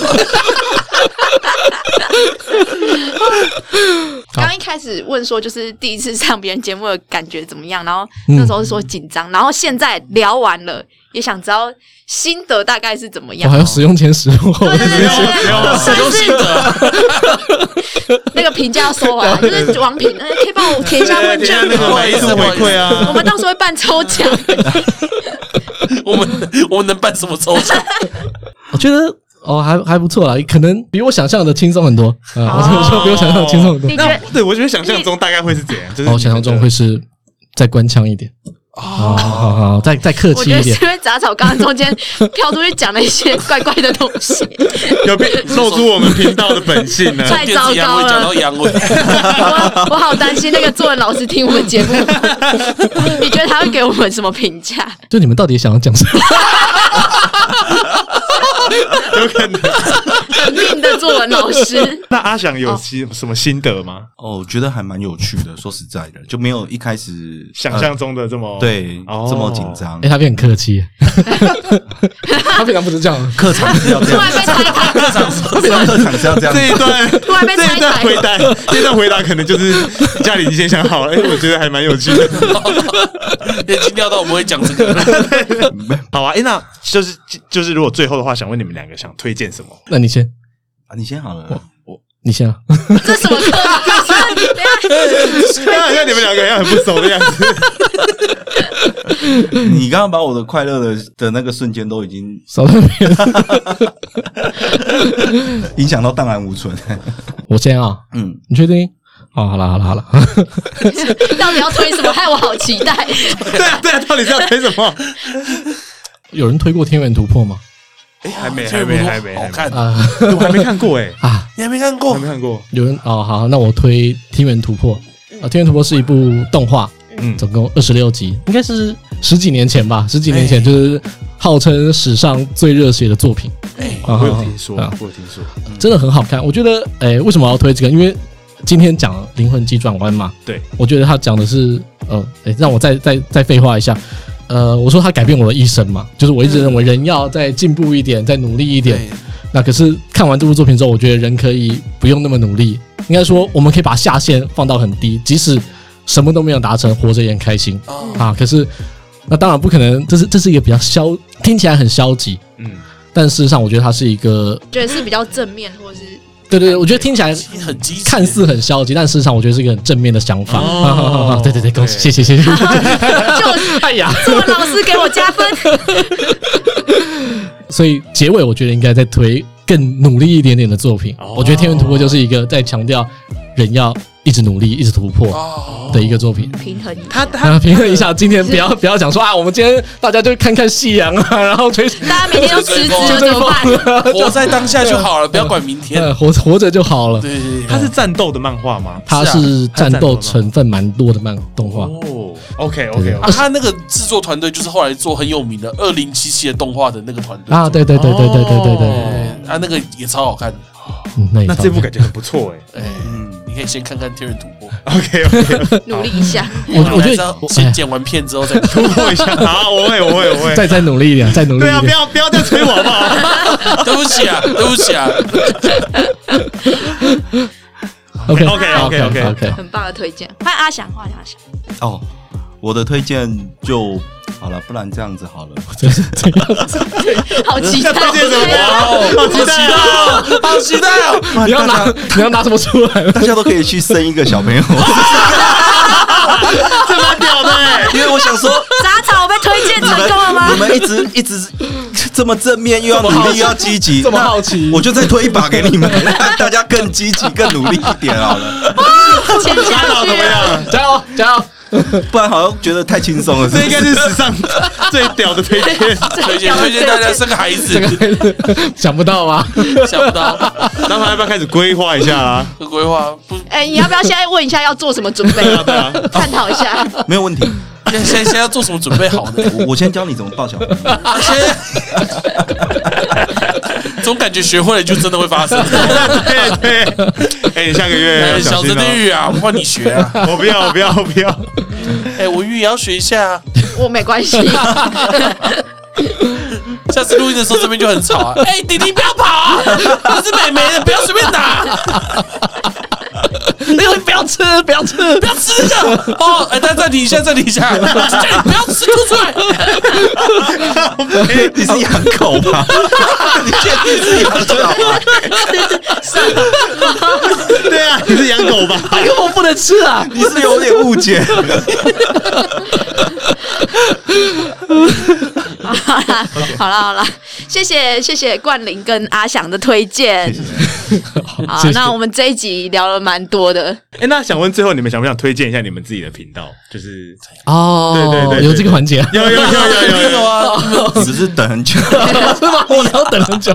刚一开始问说，就是第一次上别人节目的感觉怎么样？然后那时候是说紧张，然后现在聊完了，也想知道心得大概是怎么我样还。有使用前使用后对，对对对没有没有对，甚至那个评价要说完，就是王品，呃可以帮我填一下问对卷那个吗？满意度回馈我啊，们到时候会办抽奖，我们我们能办什么抽奖？我觉得哦还还不错啦，可能比我想象的轻松很多啊，我这么说比我想象的轻松很多哦你，觉那得？对我觉得想象中大概会是怎样？就是我想象中会是再官腔一点啊，好好再再客我气觉一得是点，因为杂草刚刚中间跳出去讲了一些怪怪的东西， 有 被露出我们频道的本性 呢。太电糟子阳糕痿讲到了，阳痿，我我好担心那个作文老师听我们节目， 你觉得他会给我们什么评价？就你们到底想要讲什么？ 有可能。肯定的作文老师。 那阿翔有心什么心得吗？哦，我觉得还蛮有趣的。说实在的，就没有一开始想象中的这么呃对哦这么紧张哎，。他变很客气，他平常不是这样，客场是要这突样 然，被拆台，客场是要这 样。这一 段突然被这拆一段回台，答，这一段回答可能就是 家里已经想好了，哎，我觉得还蛮有趣的。眼睛掉到我们会讲这个。 好啊，哎，那就是就是如果最后的话，想问你们两个想推荐 什么？那你先，啊你先好了，你先啊，这什么课？等一下好啊像你们两个好像很不熟的样子。你刚刚把我的快乐的的那个瞬间都已经少在那边，影响到荡然无存。我先啊，嗯，你确定？哦，好了好了好了，到底要推什么？害我好期待。 对啊，对啊，到底是要推什么？ 有人推过天元突破吗？哎，还没，这还个没，不错还没，好还没，看，啊哦 我还没看过哎，啊，你还没看过还？没看过。有人哦，好，那我推《天元突破》啊，《天元突破》是一部动画，嗯总共二十六集，应该是十几年前吧，十几哎年前就是号称史上最热血的作品，啊哎我有听说，哦啊我有听说。真的很好看。我觉得，诶，为什么要推这个？因为今天讲《灵魂急转弯》嘛，对，我觉得他讲的是，呃，诶，让我再再再废话一下。呃，我说他改变我的一生嘛，就是我一直认为人要再进步一点，再努力一点，对，那可是看完这部作品之后，我觉得人可以不用那么努力，应该说我们可以把下限放到很低，即使什么都没有达成，活着也很开心哦啊。可是那当然不可能，这是这是一个比较消，听起来很消极，嗯，但事实上我觉得它是一个，觉得是比较正面，或者是对对，对我觉得听起来很积极，看似很消极，但事实上我觉得是一个很正面的想法。哦 对对对，恭喜，谢谢谢 谢。就哎呀，作文老师给我加分。所以结尾我觉得应该再推更努力一点点的作品。哦我觉得《天元突破》就是一个在强调人要一直努力、一直突破哦，的一个作品。平衡一下，他他啊，平衡一下，今天不要不要讲说啊，我们今天大家就看看夕阳啊， 然后吹大家每天都辞职了怎吹么办？风 啊，活在当下就好了，不要管明天。呃，活活着就好了。对对他对，是战斗的漫画吗？它是战斗成分蛮多的漫动画，哦，OK OK，啊，他那个制作团队就是后来做很有名的二零七七的动画的那个团队啊，对对对对对对对对，哦啊，那个也超好看的。嗯，那也那差不这部多感觉很不错哎。哎，嗯，你可以先看看《天人突破》， OK OK，努力一下，我我觉还是得要我先剪完片之后再 看。突破一下，好，我会我会我哎会。再再努力一点，再努力对一啊，不点。要不要再催我好不好？对不起啊，对不起啊， OK OK，OK，OK，OK OK，很棒的推荐。换阿翔，换阿翔，哦，我的推荐就好了，不然这样子好了。好啊期待。要推荐什么哇哦，好期待哦，好期待哦！ 不然 你要大拿家你要拿什么出来？ 大家都可以去生一个小朋友，哎， 因为我想说， 杂草被推荐成功了吗你？们一直一直这么正面，又要么努好力，奇又要积极，这么那好奇我就再推一把给 你们，让大家更积极、更努力一点好了，签 下到怎去么了，样？加油加油！ 不然好像觉得太轻松了。这应该不是史上哦最屌的推荐。 哦推荐推荐大家生个孩子这，个想不到啊吧？想不到那他要不要开始规划一 下啦？规划不，哎、你要不要现在问一下要做什么准备？ 探讨一下。没有问题。现在现在现在要做什么准备好呢？我我先教你怎么抱小朋友。 我现在 总感觉学会了就真的会 发生。对对，哎，你下个月要哎小小泽心地哦！狱啊，我帮你学啊！我不要，我不要，我不要！哎，我语也要学一下啊。我没关系，下次录音的时候这边就很吵啊！哎，弟弟不要跑啊！这是美眉的，不要随便打，那个不要吃，不要吃，不要吃这个哦！哎，暂暂停一下，暂停一下，叫你不要吃，吐出来！你是养狗吧？ 你确定是养狗吗？对啊，你是养狗吧？那个我不能吃啊！你是有点 误解。好啦，好啦，好啦，谢谢谢谢冠霖跟阿翔的推荐。好谢，谢那我们这一集聊了蛮多的，哎，那想问最后你们想不想推荐一下你们自己的频道？就是哦，对对对对有这个环节啊，有有有有有没有有，啊，只是等很久。是吧？ 我要等很久。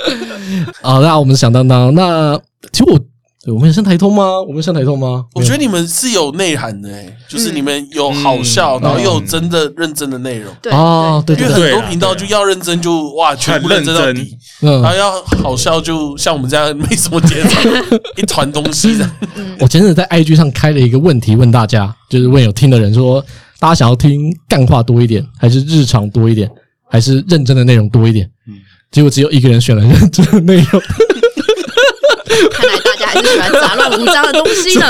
好，那我们想当当，那其实我对我们有上台通吗？我们有上台通吗？我觉得你们是有内涵的、欸，就是你们有好笑，然后又有真的认真的内容。对哦，对嗯因为对很对，多频道就要认真就哇，全部认真到啊很认底真，嗯然，后要好笑就像我们这样没什么节奏，一团东西的。我前阵子在 IG 上开了一个问题问大家，就是问有听的人说，大家想要听干话多一点，还是日常多一点，还是认真的内容多一点？嗯结果只有一个人选了认真的内容，看来大家还是喜欢杂乱无章的东西呢。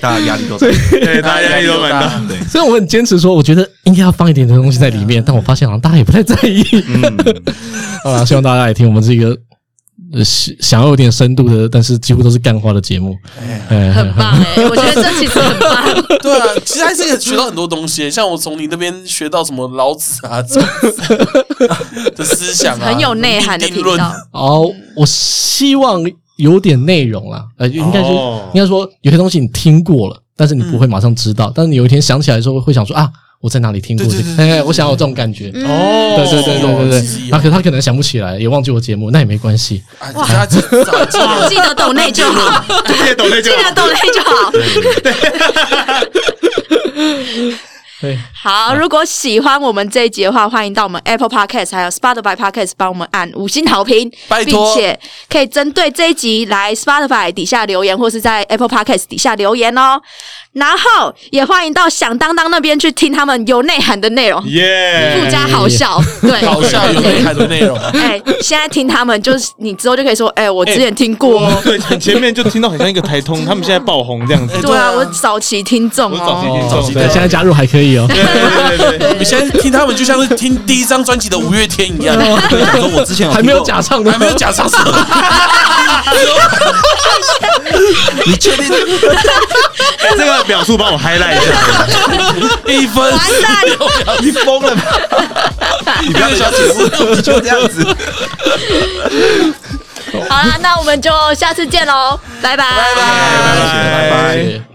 大家压力都大。对，大家压力都蛮大。对，所以我很坚持说，我觉得应该要放一点的东西在里啊面，但我发现好像大家也不太在意 嗯，啊。希望大家也听我们这个。呃，想想要有点深度的，但是几乎都是干话的节目，哎，很棒哎、我觉得这其实很棒。 对啊，其实还是可以学到很多东西、像我从你那边学到什么老子 啊这种的思想啊，很有内涵的定频论。道。哦，我希望有点内容啦，呃，应该是、哦应该说有些东西你听过了，但是你不会马上知道，但是你有一天想起来的时候会想说啊，我在哪里听过这嗯对对对个？哎，我想要有这种感觉。哦对对对对对啊是对，有那可他可能想不起来，也忘记我节目，那也没关系。啊，他记记得记得抖内就好，谢谢董啊队记长。得抖内就好。对，好，如果喜欢我们这一集的话，欢迎到我们 Apple Podcast 还有 Spotify Podcast 帮我们按五星好评，拜并托且可以针对这一集来 Spotify 底下留言，或是在 Apple Podcast 底下留言哦。然后也欢迎到响当当那边去听他们有内涵的内容，耶！附加好笑，对，好笑有内涵的 内容。 哎，现在听他们就是你之后就可以说，哎，我之前听过。对，很前面就听到很像一个台通，他们现在爆红这样子。对啊，我早期听众我早期哦，听众，哎对，现在加入还可以哦。对对对对，你们现在听他们就像是听第一张专辑的五月天 一样，我想说，我之前有还听没有过假 唱的，哦还没有假唱什么。你确定？这个表述帮我 highlight 一下。 一分完蛋，你疯了吧？ 你不要小起步， 你就这样子。好啦，那我们就下次见喽，拜拜拜拜拜哎拜拜。对。